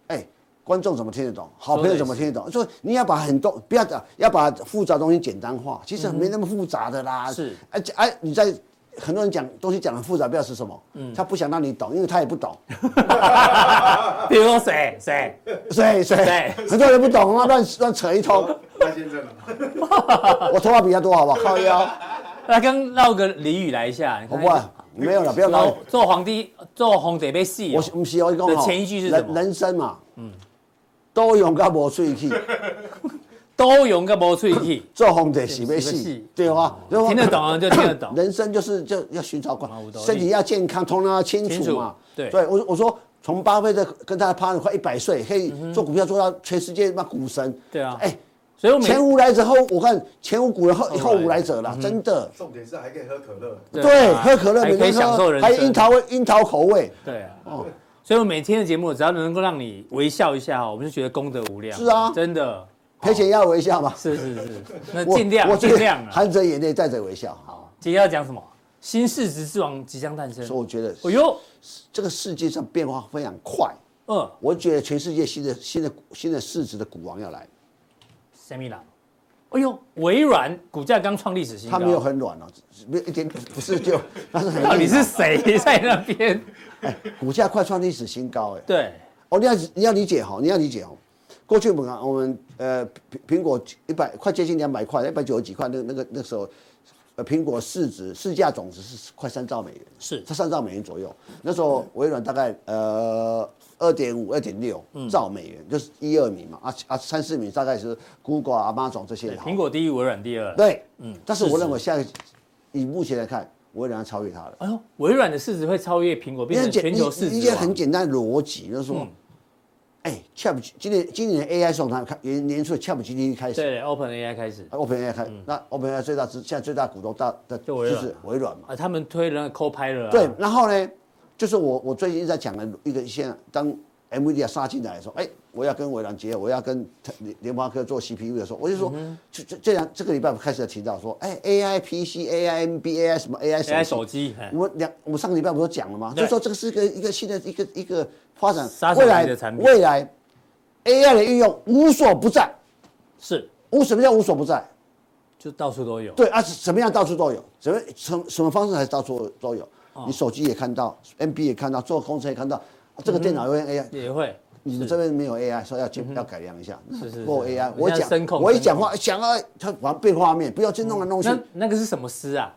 哎，观众怎么听得懂？好朋友怎么听得懂？所以你要把很多不要讲，要把复杂东西简单化，其实没那么复杂的啦。
嗯是
而且哎，你在。
嗯
很多人讲东西讲得很复杂，表示什么？他不想让你懂，因为他也不懂。
比如说谁谁，
谁谁
对
很多人不懂啊，乱乱扯 一通。
那先生了嘛，
我头发比他多，好不好？靠腰，
那刚绕个俚语来一下，你
我
看
不管，没有了，不要闹
做。做皇帝做皇帝被戏
我
哦，
是不是我跟你讲
那
吼
前一句是什
人
么嗯
人生嘛，多用到无喙齿，
都勇个无喙齿，
做皇帝是要
是要
死
死，
对吧？对吧。
听得懂啊就听得懂
人生就是就要寻找光
啊有道，理
身体要健康，头脑要清楚嘛。
清楚对
所以我我说从巴菲特跟他趴了快一百岁，可以做股票做到全世界嘛股神。
对啊
哎，
所以我每
前无来者后，我看前无古人后
后来
后无来者啦，真的。
重点是还可以喝可乐，
对，喝可乐
嗯啊还可
每
以
天
享受人
喝，
生，
啊还有樱桃味樱桃口味，
对啊，
哦
所以我每天的节目只要能够让你微笑一下哦，我们就觉得功德无量。
是啊
真的
赔钱要微笑嘛。
是是是，那
我
尽量
我
尽量啊。
含着眼泪，带着微笑。
好，今天要讲什么？新世职之王即将诞生。
所以我觉得
哦哟，
这个世界上变化非常快，
嗯，
我觉得全世界新的新的新的市值的股王要来，
s e m i n a 哎呦，微软股价刚创历史新高，
他没有很软哦，只没有一点不是就，但是 很
到底
硬
是
哦
谁在那边？
股价快创历史新高哎。
对，
哦，你要你要理解哈，你要理解哦。过去我们我们呃苹苹果一百快接近两百块，一百九十几块，那个那个那时候，呃苹果市值市价总值是快三兆美元，
是
它三兆美元左右。那时候微软大概呃二点五、二点六
嗯
兆美元，就是一二名嘛，啊啊三四名大概是 Google 啊、Amazon 这些。
苹果第一，微软第二。
对，嗯。但是我认为下一个以目前来看，微软要超越它了。
哎呦，微软的市值会超越苹果，变成
很简
全球市值
一一件很
王。
简单的逻辑，就
嗯
是说，哎、c h a t 今年今年 AI 从它开年年初的 ChatGPT 开始啊
对，Open AI 开始
，OpenAI 开，那 OpenAI 最大资现在最大股东大
就
的就
微软
是微软嘛，
啊，他们推了 Copilot 啊。
对，然后呢，就是我我最近在讲的一个现在当 NVIDIA 杀进来的时候，哎、我要跟微软结合，我要跟联联发科做 CPU 的时候，我就
嗯
说，就这这样这个礼拜我开始提到说，哎、a i PC、AI MB、AI 什么 AI 手
，AI
机嗯
手机。哎
我们两，我们上个礼拜不是讲了吗？
对
就说这个是一个一个新的一个一个发展
杀，手
未
级
来
的产品
未来 AI 的运用无所不在，
是，
无什么叫无所不在？
就到处都有。
对啊，什么样到处都有，什么什什么方式还到处都有。
哦
你手机也看到，NB 也看到，做工程也看到，啊
嗯
这个电脑用 AI，、
也会。
你们这边没有 AI，说要进要改良一下，
嗯是是
做
是
AI，
人
我
家
讲
声控
我一
声
讲
控嗯
话想要它反正变画面，不要去弄来弄去。
那那个是什么诗啊？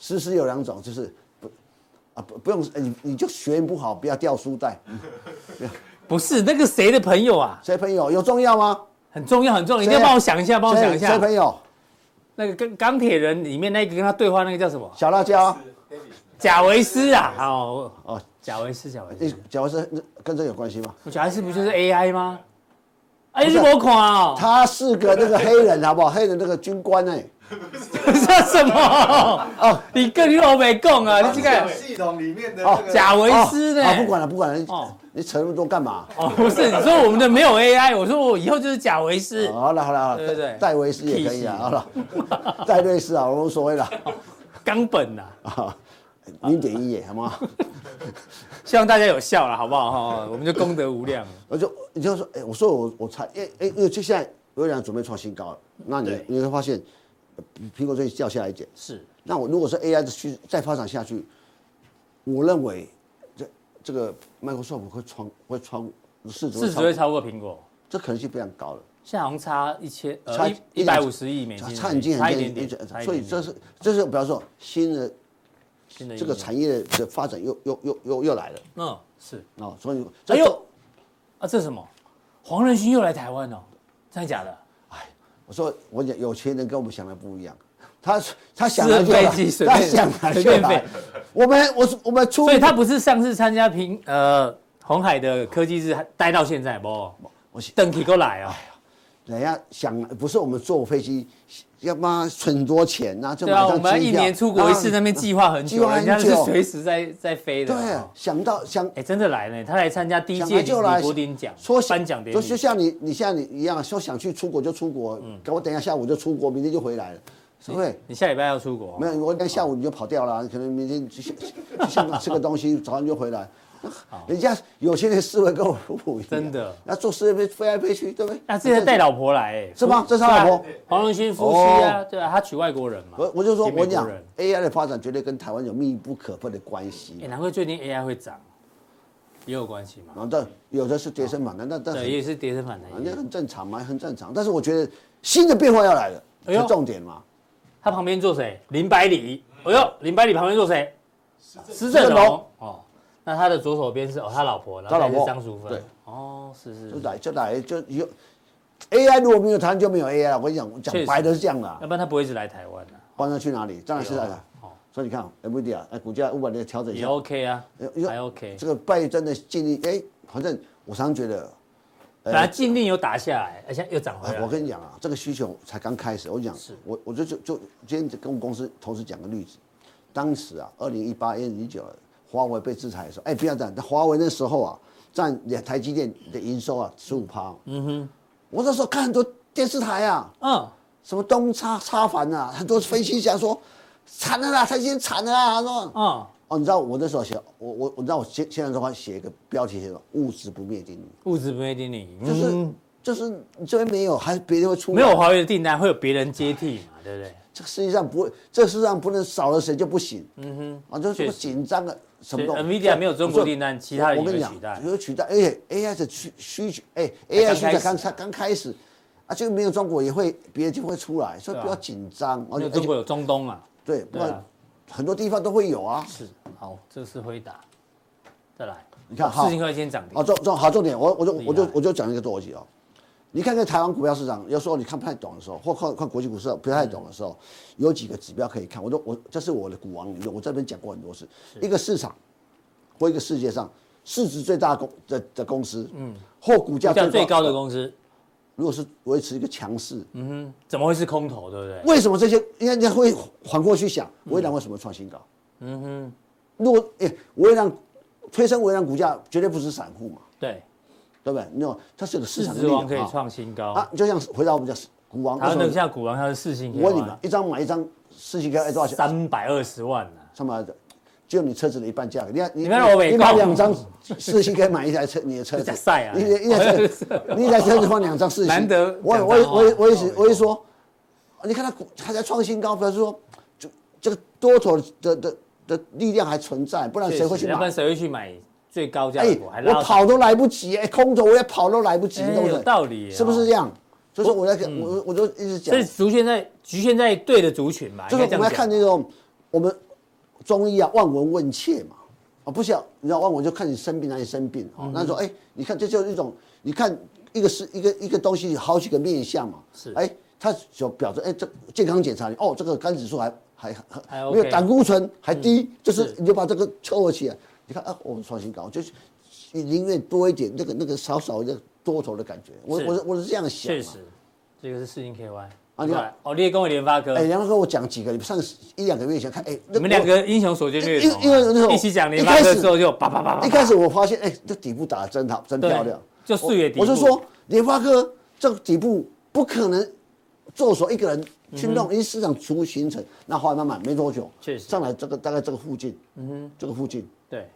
诗诗有两种，就是不啊不不用呃你你就学员不好，不要掉书袋。
不是那个谁的朋友啊，
谁朋友有重要吗？
很重要很重要，你一定
谁
要
啊
帮我想一下，帮我想一
谁
下
谁。朋友？
那个跟钢铁人里面那个跟他对话那个叫什么？
小辣椒
贾维斯啊，哦，
哦，
贾维斯，贾维
你
斯，
假如是跟这有关系吗？
贾维斯不就是 AI 吗？哎，
不
你
是
我看哦，
他是个那个黑人，好不好？黑人那个军官哎、
这什么？
哦
你跟你老没讲啊，你这
它
个
是系统里面的那个
贾维
哦
斯呢？
啊，不管了，不管了，
哦
你你扯那么多干嘛？
哦，不是，你说我们的没有 AI，我说我以后就是贾维斯。
哦好了好了好
对对对
了，戴维斯也可以啊，好了，戴瑞斯啊，我无所谓了
冈本呐、
啊，零点一耶，好吗？
希望大家有笑了，好不好？哈、我们就功德无 量。
我就你就说，哎、我说我我猜，哎、哎，因为就现在微软准备创新高了，那你
对
你会发现，呃苹果最近掉下来一点，
是，
那我如果说 AI 的趋再发展下去，我认为这这个 Microsoft 会穿会穿市值
市
会
值会
穿，
超过苹果，
这可能性非常高了，
现在好像差一千
差
呃
一
一一百五十亿美金，
差已经
差
很
一
接
点
近
点，差一点点
所以这是这是比方说新的
新的一
这个
年
产业的发展又又又又又来了
嗯是，
哦，所以
哎
这
呦啊这是什么？黄仁勋又来台湾哦，真的假的？
我说我讲有钱人跟我们想的不一样。他他想
私
来
人
就来
飞机随，
他
便
想来
随
就
便
来
飞。
我们我是我们出
所以他不是上次参加平呃红海的科技日还待到现在不？
我哎是
邓体哥来啊，
人家想不是我们坐飞机，要妈存多钱呐、就
对
买
啊，我
张机票。
们一年出国一次，
啊
那边计划很
计
久，
划
人
很久
家是随时在在飞的。
对
哦，
想到想
哎，真的来了，他来参加第一
想
届
来
李
就来，
国鼎奖
说
颁奖典
就
礼，嗯
就像你你像你一样，说想去出国就出国，可我等一下下午就出国，明天就回来
哎
了，是不是？
你下礼拜要出国哦？
没有，我等一下下午你就跑掉了啊，可能明天去去香港吃个东西，早上就回来。人家有些人思维跟我们不一样，
真的
那做事业飞飞来飞去，对不对？
那之前带老婆来、欸，
是吗
夫
这是他老婆哦
对啊黄仁勋夫妻啊，对啊，他娶外国人嘛。
我我就说，
娶美国
我讲
人欸嗯
AI 的发展绝对跟台湾有密不可分的关系
哎、。难怪最近 AI 会涨，也有关系嘛。
然后但有的是跌升反弹，但但
对，
啊很
也是跌升反弹
反。正很正常嘛，很正常。但是我觉得新的变化要来了，
哎呦
是重点嘛。
他旁边坐谁？林百里。哎呦，林百里旁边坐谁？施正
施正
荣
荣。
哦，那他的左手边是哦他老婆，然后
他老
再
婆
是张淑芬。
对，
哦，是是，
就是来就来就有 AI，如果没有它就没有 AI 了。我跟你讲，我
确
讲
实
白的是这样的啊
要，不然他不会一直来台湾啊的，
不然它去哪里？当然
哎
是啊。所以你看，MVD 啊，哎，股价五百点调整一
也
下，
OK 啊
哎哎，呦
还 OK。
这个拜登的尽力，哎，反正我常觉得，
本来禁令有打下来，而且又涨回
哎，
来。
我跟你讲啊，这个需求才刚开始。我跟你讲，我我就就就今天跟我们公司同事讲个例子，当时啊，二零一八、二零一九，华为被制裁的时候，哎，不要这样，华为那时候啊，占台积电的营收啊十五趴。嗯哼，我那时候看很多电视台啊，
嗯，
什么东差差凡啊，很多分析讲说，惨了啦，台积电惨了啦，他说。
嗯，
哦，你知道我那时候写，我我我知道我现现在的话写一个标题写什么“物质不灭定律”，
物质不会定你，
就
嗯
是、就是你这边没有，还别人会出来
没有华为的订单会有别人接替嘛，对不对？
这个世界上不会，这个世界上不能少了谁就不行。嗯哼，啊，就是这
确
么
实
紧张啊，什么
所
东
以
西
NVIDIA 没有中国
我说
订单其他人
我跟你
有
讲
取代
有取代，而哎且 AI 的需需求，哎
才
，AI
刚
需求
开
刚
始
才刚开始，啊，这个没有中国也会，别的地方会出来，所以
对啊
不要紧张。哦而
没有
且
中国有中东啊。
对，不
对啊
然很多地方都会有啊。
是，好，这是回答。再来，
你看哈
四星科先涨
啊，
停，
重重好重点，我我就
厉害
我就我就讲一个逻辑哦。你看看台湾股票市场，有时候你看不太懂的时候，或看看国际股市不太懂的时候，
嗯
有几个指标可以看。我都我这是我的股王理论，我这边讲过很多次。一个市场或一个世界上市值最大的公的的公司，嗯，或股价
股价
最
最高的
司，
公司，
如果是维持一个强势，
嗯，怎么会是空头，对不对？
为什么这些人家会反过去想，微软为什么创新高？嗯哼，如果诶微软推升微软股价，绝对不是散户嘛。
对，
对不对？那它是个市
市
场
值
力
王可以
啊
创新高，
啊，就像回到我们讲股王，
台湾
为
的
什么
像股王，它是四星科，
我问你们，一张买一张四十个要多少钱？
三百二十万呢、
上面的只有你车子的一半价格。你看你
你看我没
你买
搞
两张四十可以买一台车，你的车
假
子
赛啊
你的一台 车，你一台车子换两张四十，
难得
我
讲
我也
到
我也
哦
我也是我也说，你看它股它在创新高，表示说就这个多头的的的的力量还存在，不然
确
谁会
实
去
要不然
买？
谁会去买最高价
哎
的股？还，拉
我
到
跑都来不及，哎，空头我也跑都来不及，
哎
对不
有
对？
道理耶
是不
哦嗯
是这样？所以说我在讲，我我就一直讲
这，是局限在局限在对的族群吧，
就是
应该这
我们
样
要看
讲
那种我们中医啊，望闻问切嘛，啊，不是啊，你知道望闻就看你生病哪里生病啊、
嗯
哦，那说哎、你看这就是一种，你看一个是一个一个东西有好几个面相嘛，
是
哎、它就表示哎、这健康检查你哦，这个肝指数还还还
还 OK 嗯
没有胆固醇还低，就是你就把这个凑合起来，你看啊，我们创新高就是你宁愿多一点那个那个少少的多头的感觉，我
是
我是我是这样想啊
确
嘛。
实，这个是四星 KY
啊
对
你看
吧哦，列工联发哥，
哎，梁哥跟我讲几个，你上一两个月前看，哎，那
你们两
我
个英雄所见略同啊、
因因为那时候
一起讲联
一
发
开
哥
始
之后就叭叭叭叭叭，
一开始我发现，哎、这底部打得真好，真漂亮。
对就四月底部
我，我是说联发科这个底部不可能做手一个人去弄，因为市场出形成。那后来慢慢没多久，
嗯确实
上来这个大概这个附近，嗯哼，这个附近
对，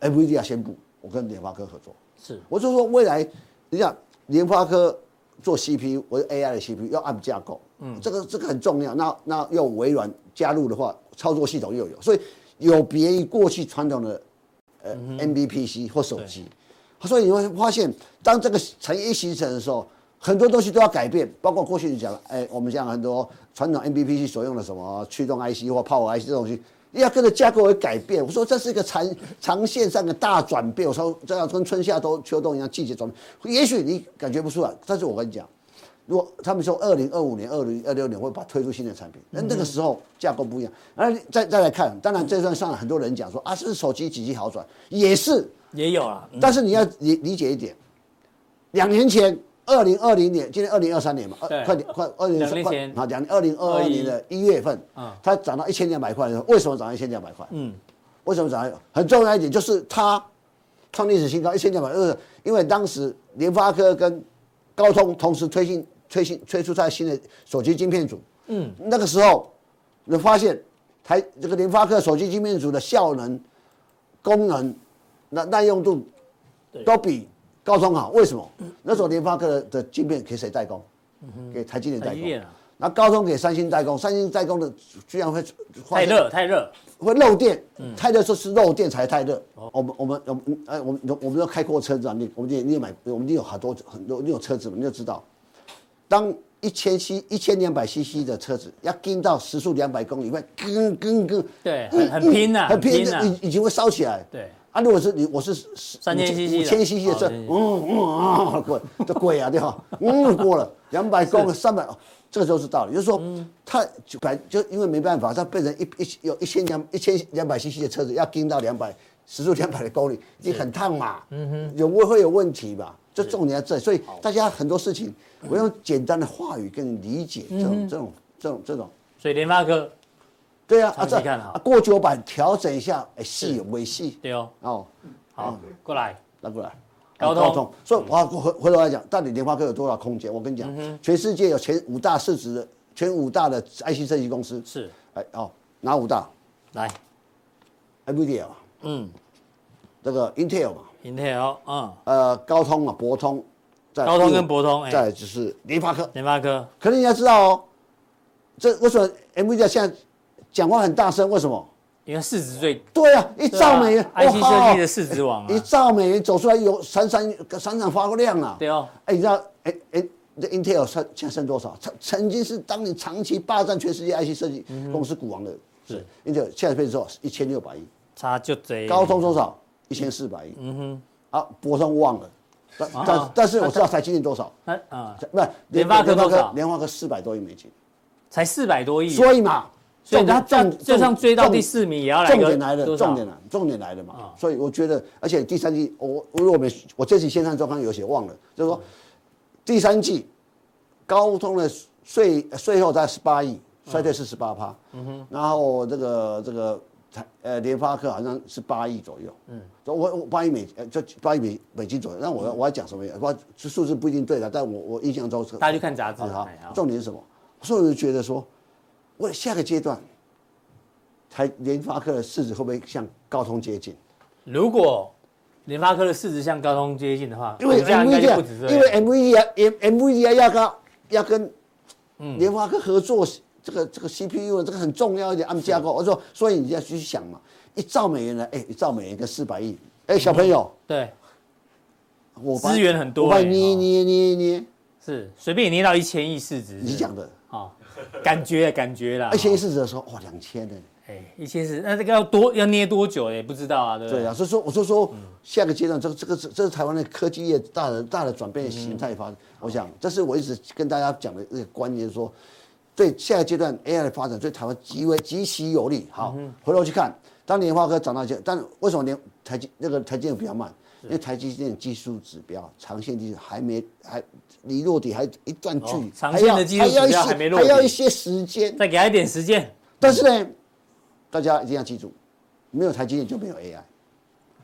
，NVIDIA 宣布我跟联发科合作，
是
我就说未来，你想联发科做 CPU，我是 AI 的 CPU 要按架构，嗯，这个这个很重要。那那要微软加入的话，操作系统又有，所以有别于过去传统的呃、MBPC 或手机。所以你会发现，当这个产业一形成的时候，很多东西都要改变，包括过去你讲，哎，我们讲很多传统 MBPC 所用的什么驱动 IC 或 Power IC 这种东西，要跟着架构而改变。我说这是一个长长线上的大转变。我说这样跟春夏冬秋冬一样季节转变，也许你感觉不出来，但是我跟你讲，如果他们说二零二五年、二零二六年会把推出新的产品，那那个时候架构不一样。然后再再来看，当然这段上很多人讲说啊，是不是手机几 G 好转，也是。
也有啦，嗯
但是你要理理解一点，两年前，二零二零年，今年二零二三年嘛，
对
呃快点快二零
两年前
啊，两二零二二
21
年的一月份，
嗯
它涨到一千两百块的时候，为什么涨到一千两百块？
嗯，
为什么涨？很重要一点就是它创历史新高一千两百，就是因为当时联发科跟高通同时推进推新推出它新的手机晶片组，嗯，那个时候你发现台这个联发科手机晶片组的效能、功能、耐耐用度都比
嗯
高通好，为什么？那时候联发科的的晶片给谁代工？给台积电代
台积
工
电啊。
然后高通给三星代工，三星代工的居然会
太热太热，
会漏电，
嗯
太热是是漏电才太热。
哦
我们我们我们哎，我们我们都开过车子啊，你我们你你也买，我们你有好多很多你有车子嘛，你就知道，当一千 c 一千两百 cc 的车子要跟到时速两百公里，会跟跟跟，嗯
对，很很拼呐，
很拼
呐，
已已经会烧起来。
对，
啊，如果是你我是
3000 cc
五
的
千 cc 的车，嗯嗯啊，过这贵啊，对吧？嗯，过了两百公三百，这个就是道理，就是说它就本就因为没办法，它变成一一有一千两一千两百 cc 的车子要盯到两百时速两百的公里，你很烫嘛，嗯哼，有会会有问题吧？这重点在这，所以大家很多事情，我用简单的话语跟你理解这种这种这种这种。
所以联发科
对啊，
长
啊
期
这
看好
啊过九百调整一下，哎，戏有微戏
对哦，
哦，
好过来，
拿过来。
高通
啊所以我要回回头来讲，到底联发科有多少空间？我跟你
嗯
讲，全世界有前五大市值的，前五大的 IC 设计公司，
是
哎哦，哪五大
来
？NVIDIA 嘛，
嗯，
这个 Intel 嘛，
Intel 嗯，
呃，高通嘛，博通，再
高通跟博通哎
再来就是联发科。
联发科
可是你要知道哦，这为什么 NVIDIA 现在讲话很大声？为什么？
因为市值最
对啊，一兆美元
对啊，IC
哇好
设计的市值王
一
啊，
兆美元走出来有闪闪闪闪发亮啊！
对哦，
哎，你知道哎哎，这 Intel 剩现在剩多少？曾曾经是当年长期霸占全世界 IC 设计
嗯
公司股王的，是 Intel 现在变成多少？一千六百亿，
差就贼
高通多少？一千四百亿。嗯哼，啊，博通忘了，但但但是我知道台积电多少，
那啊
不是
联发科多少
联发科四百多亿美金，
才四百多亿，
所以嘛，
所以
重
他就
重
就算追到第
重
四名也要来
重
个
点来了，
多少啊
重点来，重点来了嘛。所以我觉得，而且第三季，我我我们我这期线上周刊有写忘了，就
嗯
是说第三季高通的税税后在十八亿，衰退是十八趴。嗯哼。然后这个这个台呃联发科好像是八亿左右。嗯。我我八亿美呃就八亿美美金左右。那我要
嗯
我要讲什么？我数字不一定对的，但我我印象中是。
大家去看杂志，
好
哎，好
啊重点是什么？所以我就觉得说，为下个阶段，台联发科的市值会不会向高通接近？
啊如果联发科的市值向高通接近的话，
因为
股价应该就
NVIDIA，
不止这样，
因为 NVIDIA M NVIDIA 要跟要跟
嗯
联发科合作，这个这个 CPU 这个很重要一点，按架构。我说，所以你要去想嘛，一兆美元呢，哎，一兆美元跟四百亿，哎，小朋友，
对
我把
嗯资源很多
我把
哎
你捏捏捏捏，
是随便你捏到一千亿市值，
你讲的，
啊，感觉感觉啦，
而且市值的时候，哇，两千呢。
哎一千四，那这个要多要捏多久也不知道啊，对不
对
对？
啊，所以说我就说下个阶段，这个这个是这是台湾的科技业大的大的转变形态
嗯
发生。我想，这是我一直跟大家讲的一个观念，说对下个阶段 AI 的发展对台湾极为极其有利。好，
嗯
回头去看，当联发科涨到这，但为什么连台积那个台积电比较慢？因为台积电技术指标长线技术还没还离落底还一段距离
哦，长
还
线
要
的技术
还要
指
一
标
些
还没落
还要
底
一些时间。
再给他一点时间，
但是呢，大家一定要记住，没有台积电就没有 AI。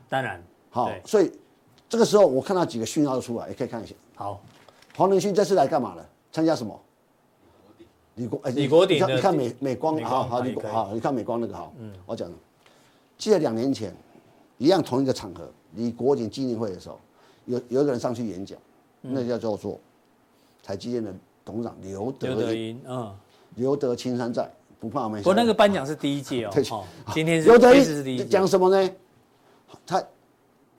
当然
好
对，
所以这个时候我看到几个讯号出来，也可以看一下。
好
黄仁勋这次来干嘛了？参加什么？李国哎，
李国鼎
你看
的
你看美美光
美光嗯
好好
可以
李国
可以
好，你看美光那个好，我讲了，记得两年前一样同一个场合，李国鼎纪念会的时候，有有一个人上去演讲，
嗯
那叫做做台积电的董事长刘
刘
德
德
英，
英，嗯，
刘德青山在，不怕没
不
山
过那个
倒
颁奖是第一届哦
对，
哦，今天是
刘德
这次是第一
一
届
讲，什么呢？他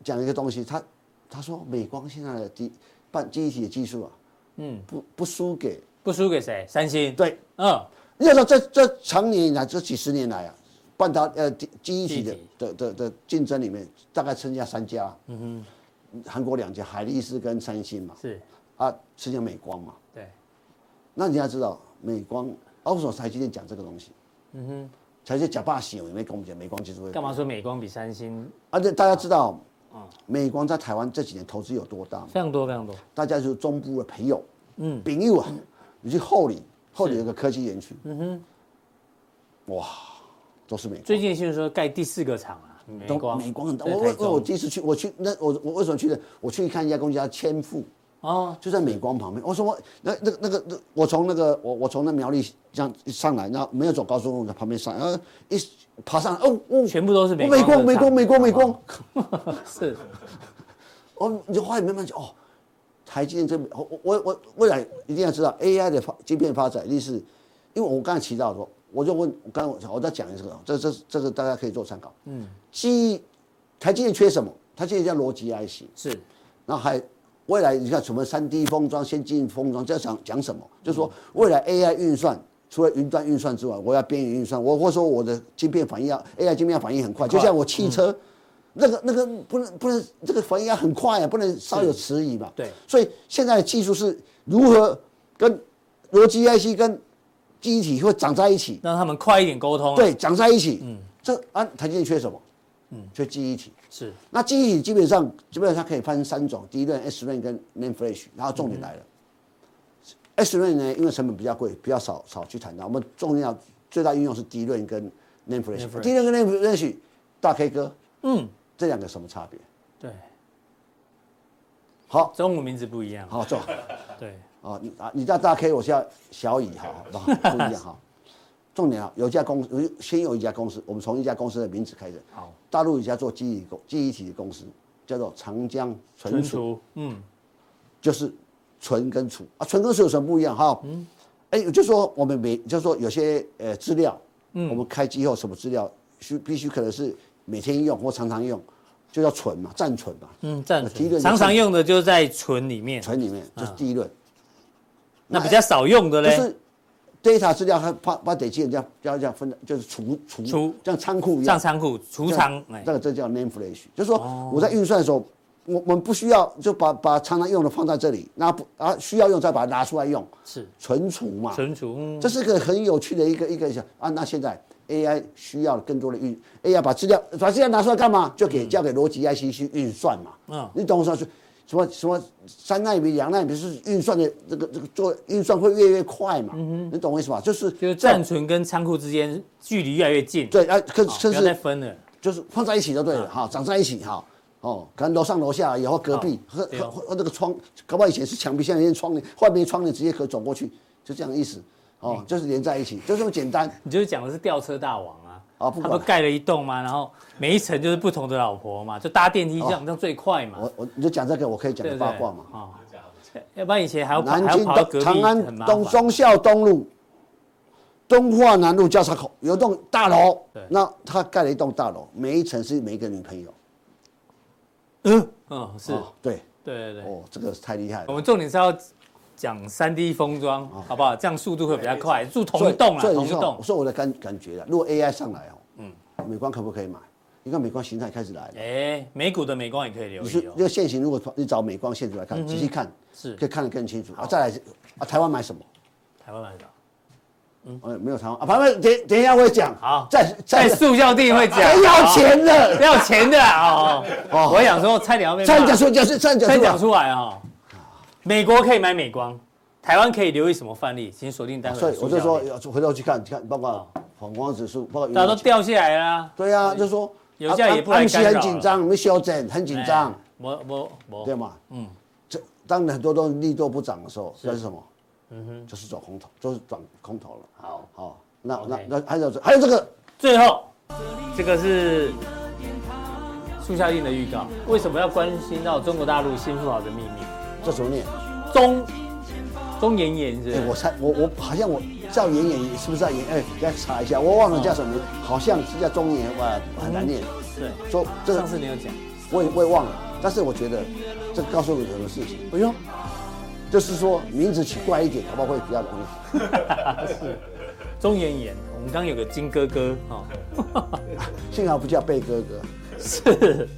讲一个东西，他他说美光现在的第半记忆体的技术啊，嗯，不不输给
不输给谁？三星，
对，
嗯，
要知道这这长年以来这几十年来啊，半导呃记记忆体的
记忆体
的的的竞争里面，大概剩下三家，嗯哼，韩国两家海力士跟三星嘛，
是
啊，剩下美光嘛，
对，
那你要知道，美光，啊，为什么台积电讲这个东西？嗯哼，台积电假霸气，有没跟我们讲美光技术会
干嘛说美光比三星
而且啊大家知道，
嗯
美光在台湾这几年投资有多大吗？
非常多非常多？
大家就是中部的朋友，嗯，丙友啊，你去后里，后里有个科技园区，嗯哼，哇，都是美光，
最近新闻说盖第四个厂啊，美
都
光，
美光很大。
在
我
台
我我
中
第一次去，我去那我我为什么去呢？我去看一家公司叫千富，
哦，
就在美光旁边。我说我那那个那个那我从那个我我从那苗栗这样一上来，然后没有走高速公路，在旁边上，然后一爬上来，哦哦，
全部都是美
美
光
光
的厂
美
哦
光美光美光，
是
哦，你就后来慢慢讲哦，台积电这边，我我我未来一定要知道 AI 的发晶片发展一定是，因为我刚才提到说，我就问，我刚才我在讲这个，这这这个大家可以做参考。嗯，记忆，台积电缺什么？它现在叫逻辑 IC，
是
然后还未来你看什么三 D 封装、先进封装，这要讲讲什么？就是说未来 AI 运算。除了云端运算之外，我要边缘运算，我或者说我的晶片反应要 AI 晶片要反应很快，就嗯像我汽车，那个那个不能不能这个反应要很快啊，不能稍有迟疑嘛。
对
所以现在的技术是如何跟逻辑 IC 跟记忆体会长在一起，
让他们快一点沟通、啊。，
对，长在一起。嗯，这啊，台积电缺什么？嗯，缺记忆体。
是
那记忆体基本上基本上它可以分三种，第一轮 S 轮跟 NAND Flash，然后重点来了、s
嗯
轮呢，因为成本比较贵，比较少少去谈到，我们重要最大应用是第一轮跟 NAND
NAND
Flash，
Flash
第一轮跟 NAND Flash，大 K 哥
嗯，
这两个什么差别？
对，
好，
中文名字不一样。
好，坐。
对，
啊，你啊，你叫大 K，我叫小乙，好 好不好？不一样哈。重点啊，有一家公司，有一先有一家公司，我们从一家公司的名字开始。
好，
大陆有一家做记忆公记忆体的公司，叫做长江存
存
储，
储，嗯，
就是存跟储啊，存跟储有什么不一样哈？嗯，哎、就说我们每就说有些呃资料，
嗯
我们开机后什么资料需必须可能是每天用或常常用，就叫存嘛，暂存嘛，
嗯，暂
第一
存
轮就
常常
存
用的就在存里面，
存里面这、是第一轮。
啊那比较少用的
就
嘞，
是 data 资料，它把把得进，这样这样这样分的，就是储储
储
像仓库一
上
样，
仓库、储
这
藏
样，
哎哦
这，个这叫 name flash，就是说我在运算的时候，我我们不需要就把把常常用的放在这里，那不啊需要用再把它拿出来用，
是
存储嘛，
存储，嗯
这是个很有趣的一个一个想啊。那现在 AI 需要更多的运，AI 把资料把资料拿出来干嘛？就给交给逻辑 IC 去运算嘛。
嗯
嗯，你懂我说是什么什么三纳米、两纳米是运算的这个这个做运算会越来越快嘛？你懂我意思吧？就是
嗯就是暂存跟仓库之间距离越来越近，
对啊，可
好，
甚
不要再
至
分了，
就是放在一起就对了
啊
哈，长在一起哈。哦，可能楼上楼下，然后隔壁
好
和
对
和
哦
和那个窗，搞不好以前是墙壁，现在变窗帘，外面窗帘直接可以转过去，就这样的意思。
嗯
哦，就是连在一起，就这么简单。
你就是讲的是吊车大王啊。
啊不
他
管
不盖了一栋嘛，然后每一层就是不同的老婆嘛，就搭电梯这样，
哦
这样最快嘛，
我我你就讲这个，我可以讲
对
个
不
八
啊对？
卦嘛。
哦，要不然以前还要跑
南
还要
京
跑到
东、
隔壁，
长
很
安
麻
东
烦
忠孝东路、东华南路交叉口有栋大楼
对，
那他盖了一栋大楼，每一层是每一个女朋友。
嗯嗯是，
哦对，
对对对。
哦，这个太厉害
我
了。
们重点是要讲三 D 封装，
哦
好不好？这样速度会比较快，住同一栋啦，
哎所以
同
你
一
说
栋
我。说我的感感觉了，如果 AI 上来哦，嗯，美光可不可以买？你看美光形态开始来了。
哎，美股的美光也可以留
你是
意
这
哦。
个现形，如果你找美光现图来看，仔细看，
嗯是
可以看得更清楚啊。再来是啊，台湾买什么？
台湾来的，
呃，没有台湾啊，反正等等一下我会讲。
嗯好
再
在
再
塑胶地会讲，
真哎要
好
钱了。
要钱的啊！哦，我想说菜鸟妹，
三讲出就是三讲
再
出
讲
来，
出来啊！美国可以买美光，台湾可以留意什么范例？请锁定待会。
哦所以我就说，要回头去看，看包括恐光指数，包括
大家都掉下来啦。
对啊，就说
油价也不来
安息
干扰
很紧张，我们修整很紧张
哎，，我我
对
我，
吗？嗯，这当然很多东西利多不涨的时候，那是什么？嗯哼，就是走空头，就是转空头了。
好
好，那
OK
那那还有这还有这个，
最后，这个是速效应的预告。为什么要关心到中国大陆新富豪的秘密？
这怎么念？
中中妍妍是不
哎，我
是？
猜我我好像我叫妍妍是不是叫妍？哎，来查一下，我忘了叫什么名，好像是叫中妍，哇，很难念。
对，
说这个
嗯上次你有讲。
我也我也忘了，但是我觉得这告诉我什么事情，
哎呦，
就是说名字取怪一点，好不好会比较容易。
是中妍妍，我们刚有个金哥哥哦，
幸好不叫贝哥哥，
是。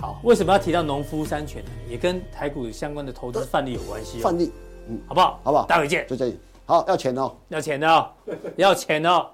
好，为什么要提到农夫山泉呢？也跟台股相关的投资范例有关系哦，
范例嗯
好不好？
好不好？
待会见，
就这里。好，要钱哦。
要钱的哦，要钱的哦。